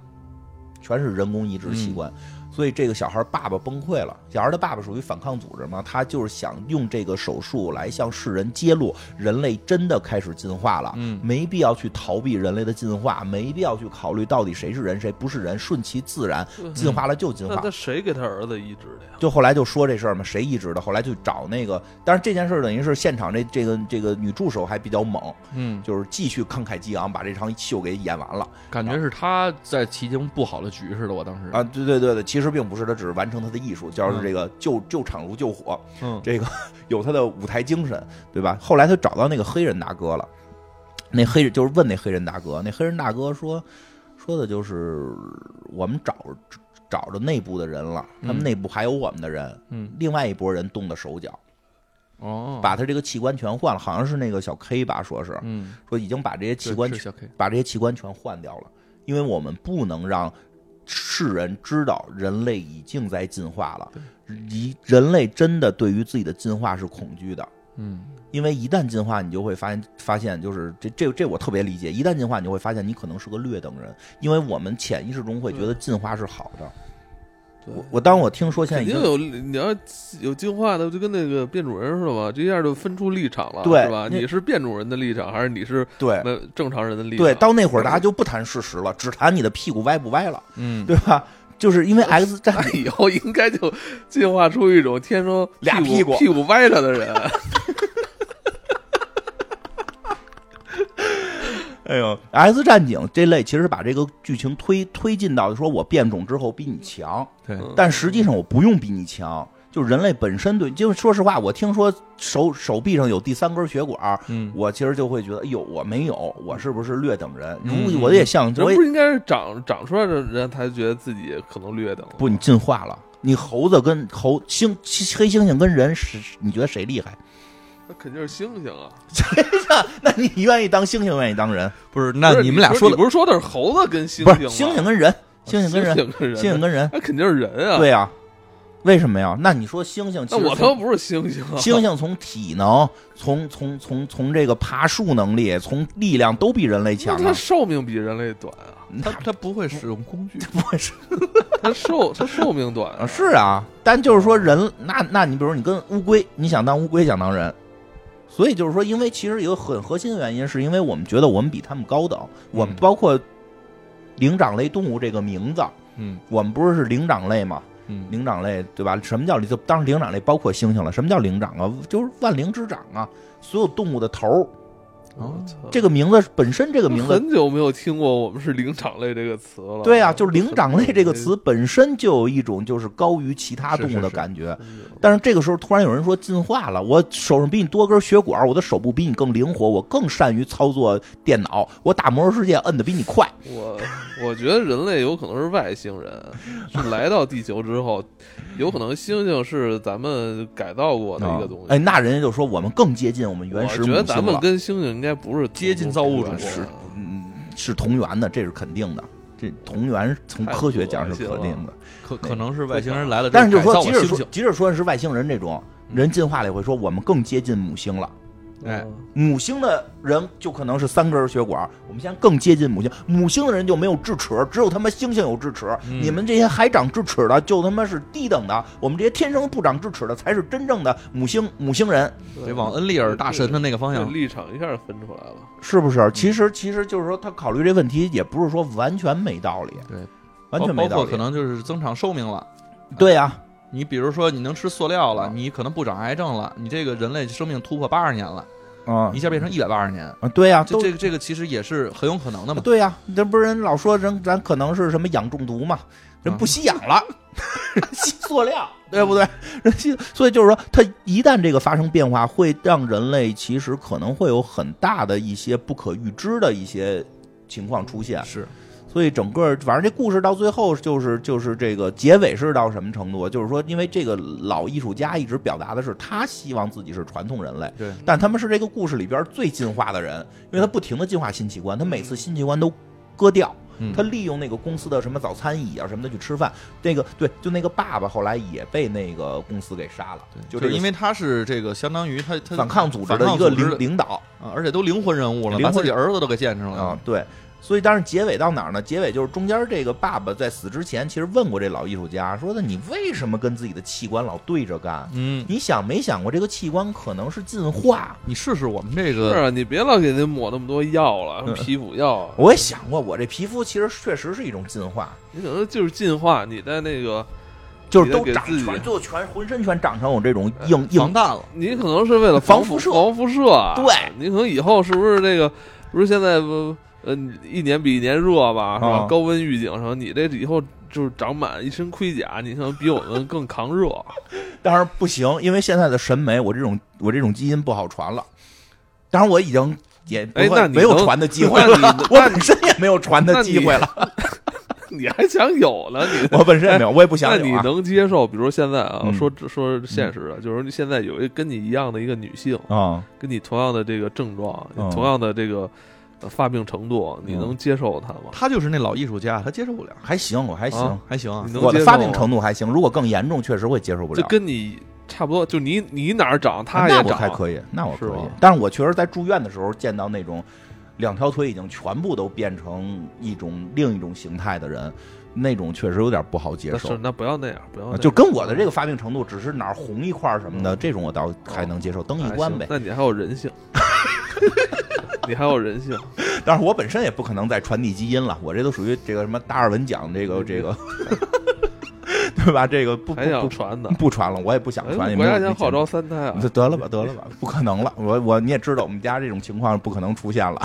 全是人工移植器官。所以这个小孩爸爸崩溃了。小孩的爸爸属于反抗组织嘛，他就是想用这个手术来向世人揭露人类真的开始进化了，
嗯
没必要去逃避人类的进化，没必要去考虑到底谁是人谁不是人，顺其自然，进化了就进
嗯
化
那。那谁给他儿子移植的呀？
就后来就说这事儿嘛，谁移植的？后来就找那个，但是这件事儿等于是现场这这个这个女助手还比较猛，
嗯，
就是继续慷慨激昂，把这场秀给演完了
感觉是他在棋经不好的局似的，我当时，
啊！对对对对，其实并不是，他只是完成他的艺术，叫做这个救救场如救火，
嗯
这个有他的舞台精神，对吧？后来他找到那个黑人大哥了，那黑人就是问那黑人大哥，那黑人大哥说说的就是我们找找着内部的人了，他们
嗯
内部还有我们的人，
嗯，
另外一拨人动的手脚，
哦，，
把他这个器官全换了，好像是那个小 K 吧，说是
嗯，
说已经把这些器
对
官
是
全。
小 K，
把这些器官全换掉了，因为我们不能让世人知道人类已经在进化了，离人类真的对于自己的进化是恐惧的。
嗯，
因为一旦进化，你就会发现，发现就是这这这我特别理解。一旦进化，你就会发现你可能是个劣等人，因为我们潜意识中会觉得进化是好的。
对
我我当我听说现在
肯
已
定
经
有，你要有进化的，就跟那个变种人似的嘛，这下就分出立场了，
对
是吧？
那
你是变种人的立场，还是你是
对
那正常人的立场？
对，到那会儿大家就不谈事实了，只谈你的屁股歪不歪了，
嗯，
对吧？就是因为
呃
X 战
(laughs) 那以后应该就进化出一种天生
俩
屁
屁
股
股
屁股歪着的
(laughs)
人，
哎呦，《X 战警》这类其实把这个剧情推推进到说，我变种之后比你强，
对，
嗯
但实际上我不用比你强。就人类本身对，就说实话，我听说手手臂上有第三根血管，
嗯，
我其实就会觉得，哎呦，我没有，我是不是劣等人？如
嗯
果我也想，
人
我也
不是应该是长长出来的人才觉得自己可能略等吗？
不，你进化了。你猴子跟猴猩黑猩猩跟人是，你觉得谁厉害？ (laughs)
那肯定是猩猩啊！
那你愿意当猩猩，愿意当人？
不是，那
不是
你们俩
说
说
你
的，
不是说的是猴子跟猩
不
吗
是猩猩跟人，猩猩跟人，
猩猩跟人，
猩猩跟人，
(laughs) 那肯定是人啊！
对，呀、为什么呀？那你说猩猩，
那我他妈不是猩猩 (laughs) 啊！
猩猩从体能、从从从从这个爬树能力、从力量都比人类强
那
啊 (laughs)
它！寿命比人类短啊，
他他不会使用工具，
不是
它寿
(laughs)
它寿命短
啊，
啊，
是啊，但就是说人，那那你比如你跟乌龟，你想当乌龟，想当人，所以就是说，因为其实有很核心的原因，是因为我们觉得我们比他们高等，我们
嗯
包括灵长类动物这个名字，
(laughs) 嗯
我们不是是灵长类吗？
嗯，
灵长类对吧？什么叫就当然灵长类包括猩猩了？什么叫灵长啊？就是万灵之长啊，所有动物的头儿
我操，
这个名字本身，这个名字
很久没有听过我们是灵长类这个词了。
对啊，就是“灵长类”这个词本身就有一种就是高于其他动物
是是
的
是
感觉。
真的，
但是这个时候突然有人说进化了，我手上比你多根血管，我的手部比你更灵活，我更善于操作电脑，我打魔兽世界摁的比你快。
我我觉得人类有可能是外星人，是来到地球之后，有可能猩猩是咱们改造过的一个东西。
哎，那人家就说我们更接近我们原
我
始母
觉
性
得
了，
咱们跟猩猩应该不是同
接近造物主
同源
是
嗯是同源的，这是肯定的。这同源从
太
科学讲
恶
是
心
肯
了
定的，
可可能是外星人来了之后
但是就是说，
改造
即
我
使
猩
说
猩，
即使说是外星人这种
嗯
人进化了以后，说我们更接近母星了。
哎
嗯
母星的人就可能是三根血管，我们现在更接近母星。母星的人就没有智齿，只有他妈猩猩有智齿。
嗯
你们这些还长智齿的，就他妈是低等的。我们这些天生不长智齿的，才是真正的母星母星人，
对
嗯得往恩利尔大神的那个方
这
向。
立场一下分出来了。
是不
嗯
是？其实其实就是说，他考虑这问题也不是说完全没道理，
对，
完全没
包包
道
括可
理。
能就是增长寿命了。
对啊呀、
你比如说，你能吃塑料了，
嗯
你可能不长癌症了，你这个人类生命突破八十年了，
啊
一下变成一百八十年，
啊，对呀、
嗯这
都
这个这个其实也是很有可能的嘛。
啊对呀、这不是人老说人咱可能是什么氧中毒嘛？人不吸氧了，嗯 (laughs) 吸塑料， (laughs) 对不对？人吸，所以就是说，它一旦这个发生变化，会让人类其实可能会有很大的一些不可预知的一些情况出现。
(laughs) 是，
所以整个反正这故事到最后就是就是这个结尾是到什么程度？啊就是说，因为这个老艺术家一直表达的是他希望自己是传统人类，
对，
但他们是这个故事里边最进化的人，因为他不停的进化新器官，他每次新器官都割掉。
嗯
他利用那个公司的什么早餐椅啊什么的去吃饭，那个对，就那个爸爸后来也被那个公司给杀了，就
就
这
是
个
因为他是这个相当于他他
反抗组织
反
的
抗
一个
组织
领领导
啊，而且都灵魂人物了，
灵
把
魂
自己儿子都给见上了。
啊，对，所以当然结尾到哪儿呢？结尾就是中间这个爸爸在死之前，其实问过这老艺术家，说的你为什么跟自己的器官老对着干？
嗯，
你想没想过这个器官可能是进化？
你试试我们这
是
个
啊，你别老给人抹那么多药了，什么
嗯
皮肤药啊。
我也想过，我这皮肤其实确实是一种进化，
你可能就是进化，你在那个，
嗯就是都
给
长
自己呃
全，就全浑身全长成我这种硬硬
防弹了，
你可能是为了
防
辐
辐射
防辐射啊。
对
你可能以后是不是这个，不是现在不呃一年比一年热吧，是吧？
啊
高温预警什么，你这以后就是长满一身盔甲，你可能比我们更抗热。 (laughs)
当然不行，因为现在的审美，我这种我这种基因不好传了。当然，我已经也不
哎那
会
你
没有
能
传的机会
那
了
你，
(laughs) 我本身也没有传的机会了，
你还想有呢？你
我本身也没有，我也不
哎那
想
你
有啊。
能接受？比如说现在啊，
嗯
说说现实的，就是现在有一跟你一样的一个女性，
啊，
跟你同样的这个症状，
嗯
同样的这个呃发病程度，你
嗯
能接受它吗？
他就是那老艺术家，他接受不了，
还行，我还行，
啊
还行啊
你。能
我
接
的
受
发病
吗
程度还行。如果更严重，确实会接受不
就
了。啊
跟你差不多，就你你哪儿长，它
那
也
我还
长，
可以，那我
是
可以
吧。
但是我确实在住院的时候见到那种两条腿已经全部都变成一种另一种形态的人，那种确实有点不好接
那
受
是。那不要那样，不要那
啊
样
就跟
嗯
我的这个发病程度，只是哪儿红一块儿什么的，这种我倒还能接受，灯一
还
关
哎行
呗。
那你还有人
(laughs)
性，你还有人性，
但是我本身也不可能再传递基因了，我这都属于这个什么达尔文奖，这个这个， (laughs) 对吧？这个不不
嗯还想
不
传呢。
不传了，我也不想
哎
传。也
国
没有
家想
没
号
见
召
过
三胎啊！
得得了吧，得了吧，不可能了。我我你也知道，我们家这种情况不可能出现了，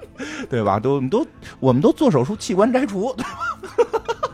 (laughs) 对吧？都我们都我们都做手术，器官摘除。 (laughs) 对吧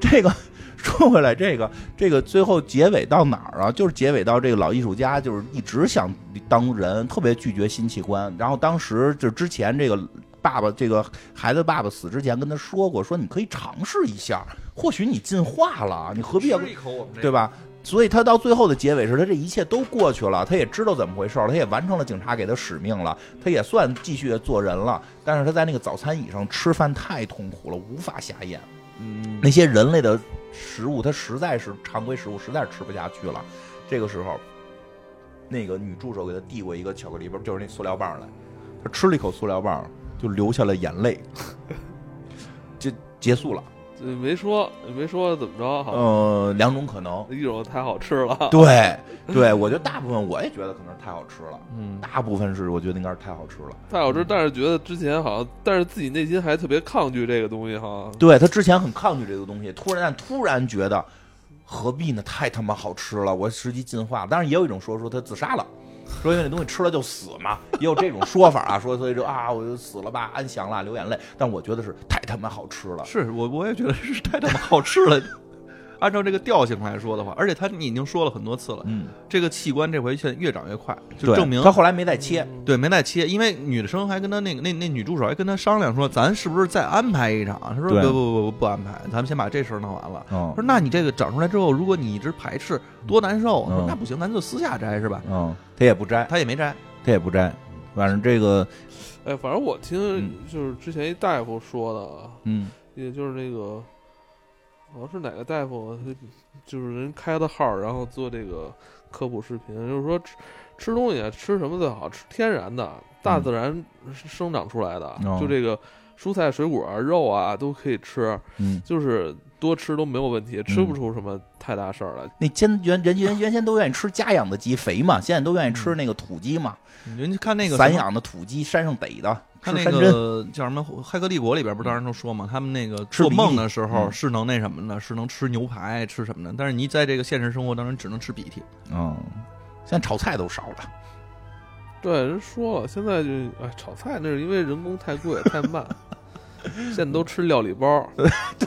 这个说回来，这个这个最后结尾到哪儿啊？就是结尾到这个老艺术家，就是一直想当人，特别拒绝新器官。然后当时就之前这个爸爸，这个孩子爸爸死之前跟他说过，说你可以尝试一下，或许你进化了，啊你何必要跟
吃一口我们这
对吧？所以他到最后的结尾是他这一切都过去了，他也知道怎么回事了，他也完成了警察给他使命了，他也算继续做人了。但是他在那个早餐椅上吃饭太痛苦了，无法下咽。
嗯，
那些人类的食物，他实在是常规食物，实在是吃不下去了。这个时候，那个女助手给他递过一个巧克力棒，就是那塑料棒来，他吃了一口塑料棒，就流下了眼泪。 (laughs) 这结束了，
这呃没说没说怎么着哈，
呃，两种可能，
一种太好吃了，
对对，我觉得大部分我也觉得可能是太好吃了，
嗯，
大部分是我觉得应该是太好吃了。
太好吃，但是觉得之前好像，但是自己内心还特别抗拒这个东西哈。
对他之前很抗拒这个东西，突然但突然觉得何必呢？太他妈好吃了，我实际进化。当然也有一种说说他自杀了，说因为那东西吃了就死嘛，也有这种说法啊，说所以就啊我就死了吧，安详了，流眼泪。但我觉得是太他妈好吃了，
是我我也觉得是太他妈好吃了。按照这个调性来说的话，而且他你已经说了很多次了，
嗯，
这个器官这回现在越长越快，就
对，
证明
他后来没再切，
对没再切，因为女生还跟他那个那那女助手还跟他商量说，咱是不是再安排一场？啊他说
对
不不不不不安排，咱们先把这事儿弄完了。
嗯
说那你这个长出来之后，如果你一直排斥，多难受。我说
嗯
那不行，咱就私下摘是吧？
嗯，他也不摘，
他也没摘，
他也不摘，反正这个
哎，反正我听
嗯
就是之前一大夫说的啊，
嗯
也就是那个，好像是哪个大夫，他就是人开的号，然后做这个科普视频，就是说吃吃东西啊吃什么最好，吃天然的，大自然生长出来的，
哦
就这个蔬菜、水果、肉啊都可以吃，
嗯，
就是多吃都没有问题，吃不出什么太大事儿来。
那先原人原原先都愿意吃家养的鸡肥嘛，现在都愿意吃那个土鸡嘛，
人家看那个
嗯
什
散
么
养的土鸡，山上逮的，吃
看那
山珍，
个叫什么《骇客帝国》里边不是当时都说嘛，他们那个
吃
做
鼻
梦
涕
的时候
嗯
是能那什么的，是能吃牛排吃什么的，但是你在这个现实生活当中只能吃鼻涕。
嗯，现在炒菜都少了，
对，人说了，现在就哎炒菜那是因为人工太贵太慢，现在都吃料理包，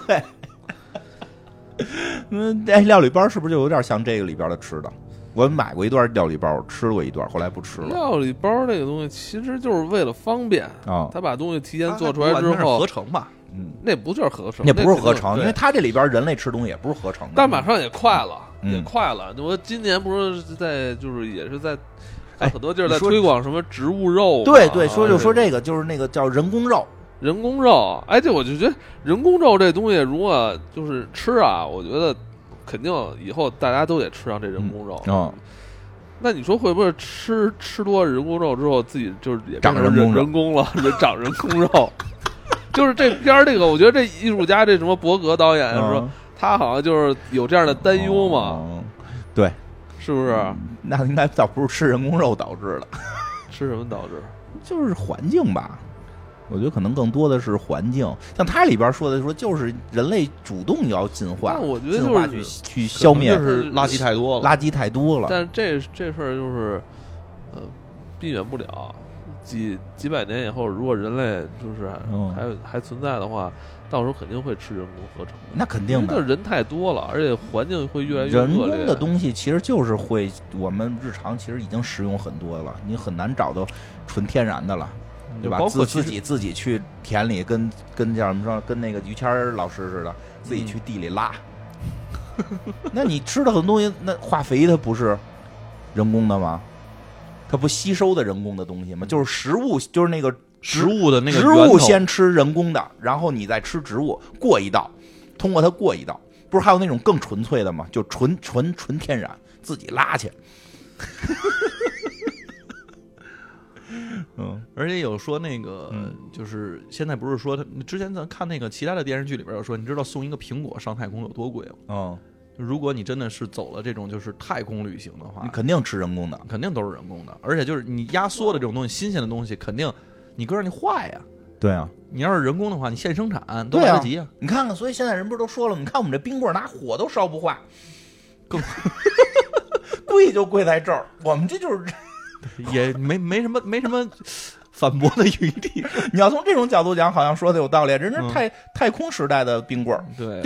对。嗯，哎，料理包是不是就有点像这个里边的吃的？我买过一段料理包，吃过一段，后来不吃了。
料理包这个东西其实就是为了方便。
啊、
他把东西提前
他
做出
不
来
管
之
它是
后
合，成吧？
嗯，
那不就是合成，
那不是合
肯
成，
定
因为它这里边人类吃东西也不是合成的。
但马上也快了，
嗯
也快了。我今年不是在就是也是在，
哎
很多地儿在
你说
推广什么植物肉嘛，
对对，说就
啊
说这个，就是那个叫人工肉，
人工肉。哎，这我就觉得人工肉这东西，如果就是吃啊，我觉得肯定以后大家都得吃上这人工肉。
嗯，
那你说会不会吃吃多人工肉之后，自己就是也
长
变成
人工
人
肉
人工了， (laughs) 人长人工肉？就是这片儿这个，我觉得这艺术家这什么伯格导演说，
嗯
他好像就是有这样的担忧嘛，
嗯
是不是？
那应该倒不是吃人工肉导致的，
吃什么导致？
就是环境吧。我觉得可能更多的是环境，像它里边说的说，就是人类主动要进化，
但我觉得
进化
就
去
是
去消灭
可能就是垃圾太多了。
垃圾太多了。
但是这这事儿就是，呃，避免不了。几几百年以后，如果人类就是
嗯
还、还存在的话，到时候肯定会吃人工合成的。
那肯
因
定
为
的，
人太多了，而且环境会越来越
人
恶
工
劣。
的东西其实就是会，我们日常其实已经使用很多了，你很难找到纯天然的了，对吧
包？括
自
其
自
实
己自己去田里跟跟叫什么说，跟那个于谦儿老师似的，自己
嗯
去地里
(laughs)
拉。那你吃的很多东西，那化肥它不是人工的吗？它不吸收的人工的东西吗？就是食物，就是那个
植物的那个
植
源
物
头
先吃人工的，然后你再吃植物，过一道，通过它过一道。不是还有那种更纯粹的吗？就纯纯纯天然，自己拉去。 (laughs) 嗯
而且有说那个，就是现在不是说他之前咱看那个其他的电视剧里边有说，你知道送一个苹果上太空有多贵吗？
嗯，
如果你真的是走了这种就是太空旅行的话
你，肯定吃人工的。
肯定都是人工的，而且就是你压缩的这种东西，新鲜的东西肯定你搁让你坏呀、
对啊，
你要是人工的话，你现生产都
对
来
啊
得及呀、
你看看，所以现在人不是都说了吗，你看我们这冰棍儿拿火都烧不化，
更
(laughs) 贵就贵在这儿，我们这就是
也没没什么没什么反驳的余地。
(laughs) 你要从这种角度讲，好像说的有道理，啊人
嗯
是太、太空时代的冰棍儿，
对，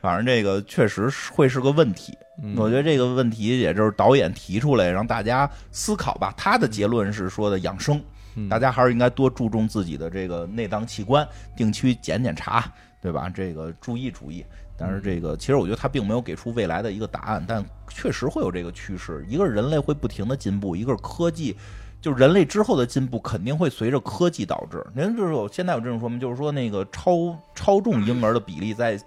反正这个确实是会是个问题。
嗯
我觉得这个问题也就是导演提出来让大家思考吧。他的结论是说的养生，
嗯
大家还是应该多注重自己的这个内脏器官，定期检检查，对吧？这个注意注意。但是这个其实我觉得他并没有给出未来的一个答案，但确实会有这个趋势。一个是人类会不停的进步，一个是科技。就是人类之后的进步肯定会随着科技导致。您就是有现在有这种说法，就是说那个超超重婴儿的比例在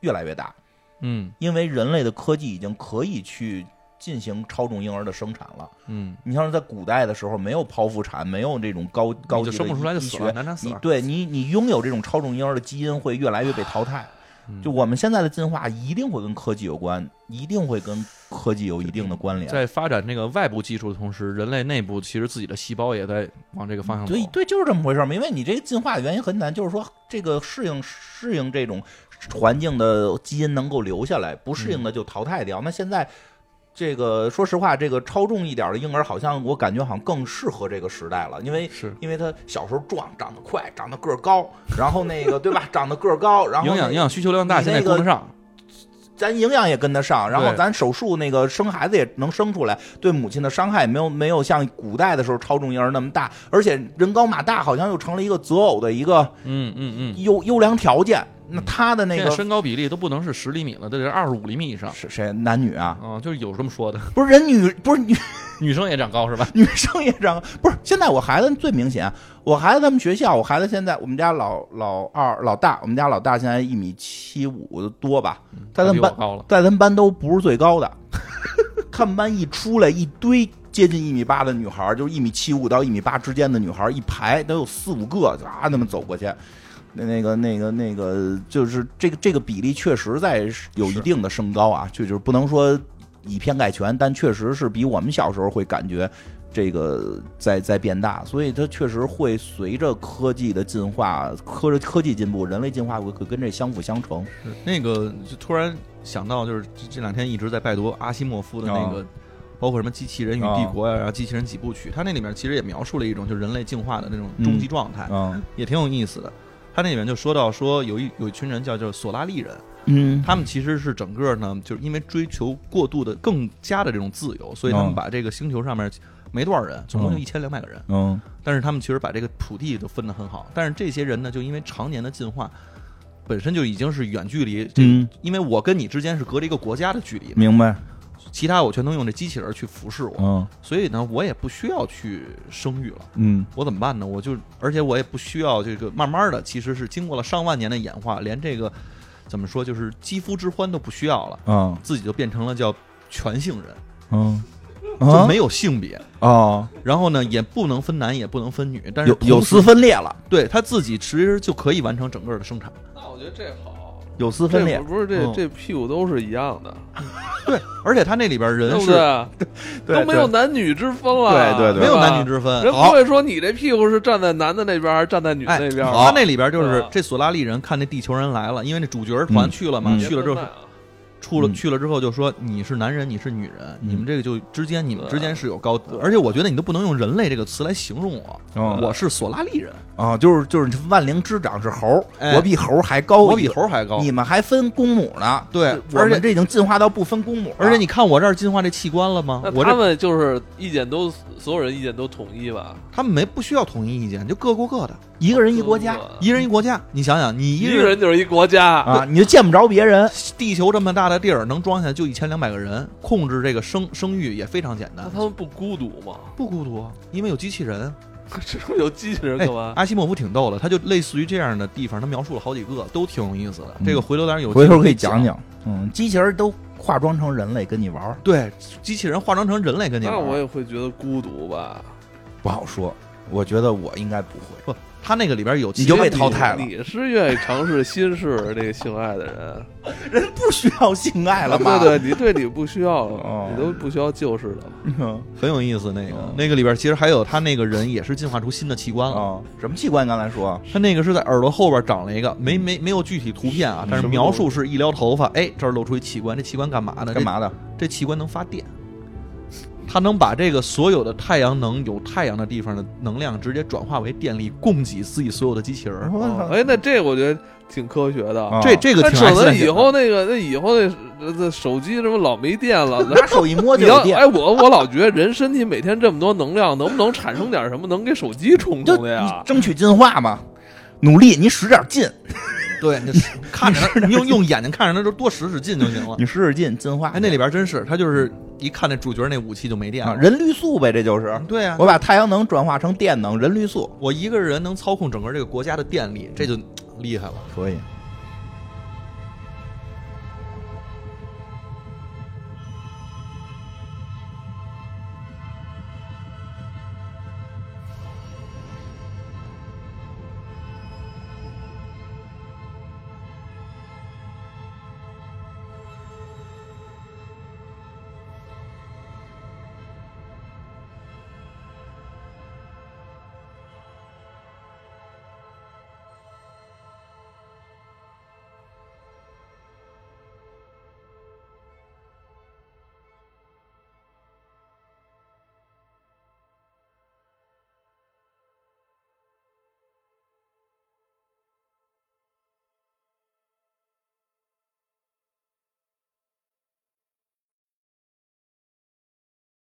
越来越大，
嗯
因为人类的科技已经可以去进行超重婴儿的生产了。
嗯，
你像是在古代的时候，没有剖腹产，没有这种高高
你
级的
就生不出来就
医
死了，
学，
难产死
你
了。
对你你拥有这种超重婴儿的基因会越来越被淘汰。
嗯
就我们现在的进化一定会跟科技有关，一定会跟科技有一定的关联。
在发展这个外部技术的同时，人类内部其实自己的细胞也在往这个方向走。
对对，就是这么回事儿嘛。因为你这个进化的原因很难，就是说这个适应适应
嗯
这种环境的基因能够留下来，不适应的就淘汰掉。那现在这个说实话，这个超重一点的婴儿，好像我感觉好像更适合这个时代了，因为
是
因为他小时候壮，长得快，长得个儿高，然后那个对吧，长得个儿高，然后
(laughs) 营养营养需求量大，
你
现在
那个
跟不上。
咱营养也跟得上，然后
对
咱手术那个生孩子也能生出来，对母亲的伤害也没有没有像古代的时候超重婴儿那么大，而且人高马大好像又成了一个择偶的一个
嗯嗯嗯，
优优良条件。那他的那
现在
个
身高比例都不能是十厘米了，都得是二十五厘米以上。
是谁男女啊？
啊，就是有这么说的，
不是人女不是女
女生也长高是吧？
(laughs) 女生也长，不是现在我孩子最明显，我孩子他们学校，我孩子现在我们家老老二老大，我们家老大现在一米七五多吧，在他
嗯比
们班
我高了。
在他们班都不是最高的。 (laughs) 看班一出来，一堆接近一米八的女孩儿，就是一米七五到一米八之间的女孩儿，一排都有四五个，就啊那么走过去。那那个那个那个，就是这个这个比例确实在有一定的升高啊，就就是不能说以偏概全，但确实是比我们小时候会感觉这个在在变大，所以它确实会随着科技的进化，科科技进步，人类进化会会跟这相辅相成。
是嗯那个就突然想到，就是这这两天一直在拜读阿西莫夫的那个，包括什么《机器人与帝国》呀，然后《机器人几部曲》，它那里面其实也描述了一种就是人类进化的那种终极状态，
嗯
也挺有意思的。它那里面就说到说有一有一群人叫就是索拉利人，
嗯，
他们其实是整个呢，就是因为追求过度的更加的这种自由，所以他们
嗯
把这个星球上面没多少人，总共就
嗯
一千两百个人，
嗯
但是他们其实把这个土地都分得很好。但是这些人呢，就因为常年的进化，本身就已经是远距离，这个
嗯
因为我跟你之间是隔着一个国家的距离，
明白。
其他我全能用这机器人去服侍我，
嗯
所以呢，我也不需要去生育了。
嗯
我怎么办呢？我就，而且我也不需要这个，慢慢的，其实是经过了上万年的演化，连这个怎么说，就是肌肤之欢都不需要了，
嗯
自己就变成了叫全性人，
嗯，
就
啊
没有性别。
哦，
然后呢，也不能分男，也不能分女，但是
有有
同时
丝分裂了，
对他自己其实就可以完成整个的生产。
(laughs) 那我觉得这好，
有丝分
这
裂
不，不是这
嗯
这屁股都是一样的，
对，而且他那里边
对
人
不
是
对？都没有男女之分了，
对对对
没有
吧
男女之分。
人不
好，
会说你这屁股是站在男的那边还是站在女的
哎，
那边。
他那里边就是
对啊
这索拉利人看那地球人来了，因为那主角团
嗯
去了嘛，
嗯
去了之后出了
嗯
去了之后就说你是男人，你是女人，你们这个就之间你
嗯
们
对啊嗯
之间是有高，而且我觉得你都不能用人类这个词来形容我，
哦
我是索拉利人，
啊，就是就是万灵之长是猴，
哎
我比猴还
哦
高，
我比猴还高。
你们还分公母呢，
对
我
而且
们这已经进化到不分公母了，
而且你看我这儿进化这器官了吗？
那
我
他
这
们就是意见都所有人意见都统一吧？
他们没不需要统一意见，就各过各的，
一个人一国家
一人一国家。你想想，你
嗯一
个
个人就是一国家，
啊，你就见不着别人，
地球这么大的地儿能装下就一千两百个人，控制这个生生育也非常简
那
单
他，们不孤独吗？
不孤独，因为有机器人。
这种 (laughs) 有机器人
哎
干嘛，？
阿西莫夫挺逗的，他就类似于这样的地方，他描述了好几个，都挺有意思
嗯
的。这个回头当然有，
回头可以讲。讲，嗯，机器人都化妆成人类跟你玩儿，
对，机器人化妆成人类跟你玩
那
儿。
我也会觉得孤独吧。
不好说，我觉得我应该不会，
不，他那个里边有
你就被
被
淘汰了
你是愿意尝试新式这个性爱的人，
(laughs) 人不需要性爱了吧？
对对，你对你不需要
哦
了，你都不需要旧式的了。
嗯
很有意思。那个
嗯
那个里边其实还有他那个人也是进化出新的器官了。
啊，什么器官？刚才说啊
他那个是在耳朵后边长了一个，没
嗯
没没有具体图片啊，但
什
是
么
描
东
述是一撩头发，哎，这儿露出一器官，这器官干嘛呢？这
干？嘛的？
这器官能发电，它能把这个所有的太阳能有太阳的地方的能量直接转化为电力，供给自己所有的机器人儿。
哦哎，那这我觉得挺科学的。
啊
这这个
那
挺爱
省
思
得
想
以后那个，那以后那呃这手机什么老没电了，
拿手一摸
你
就
要
有电
哎，。我我老觉得人身体每天这么多能量，能不能产生点什么能给手机充
就
充的呀
你？争取进化嘛，努力，你使点劲，
对，你看着它，你用用眼睛看着它，就多使使劲就行了。
你使使劲进化。
嗯哎，那里边真是，他就是一看那主角那武器就没电
啊，
了。
人绿素呗，这就是。
对啊，
我把太阳能转化成电能，人绿素
我一个人能操控整个这个国家的电力，这就厉害了。
可以。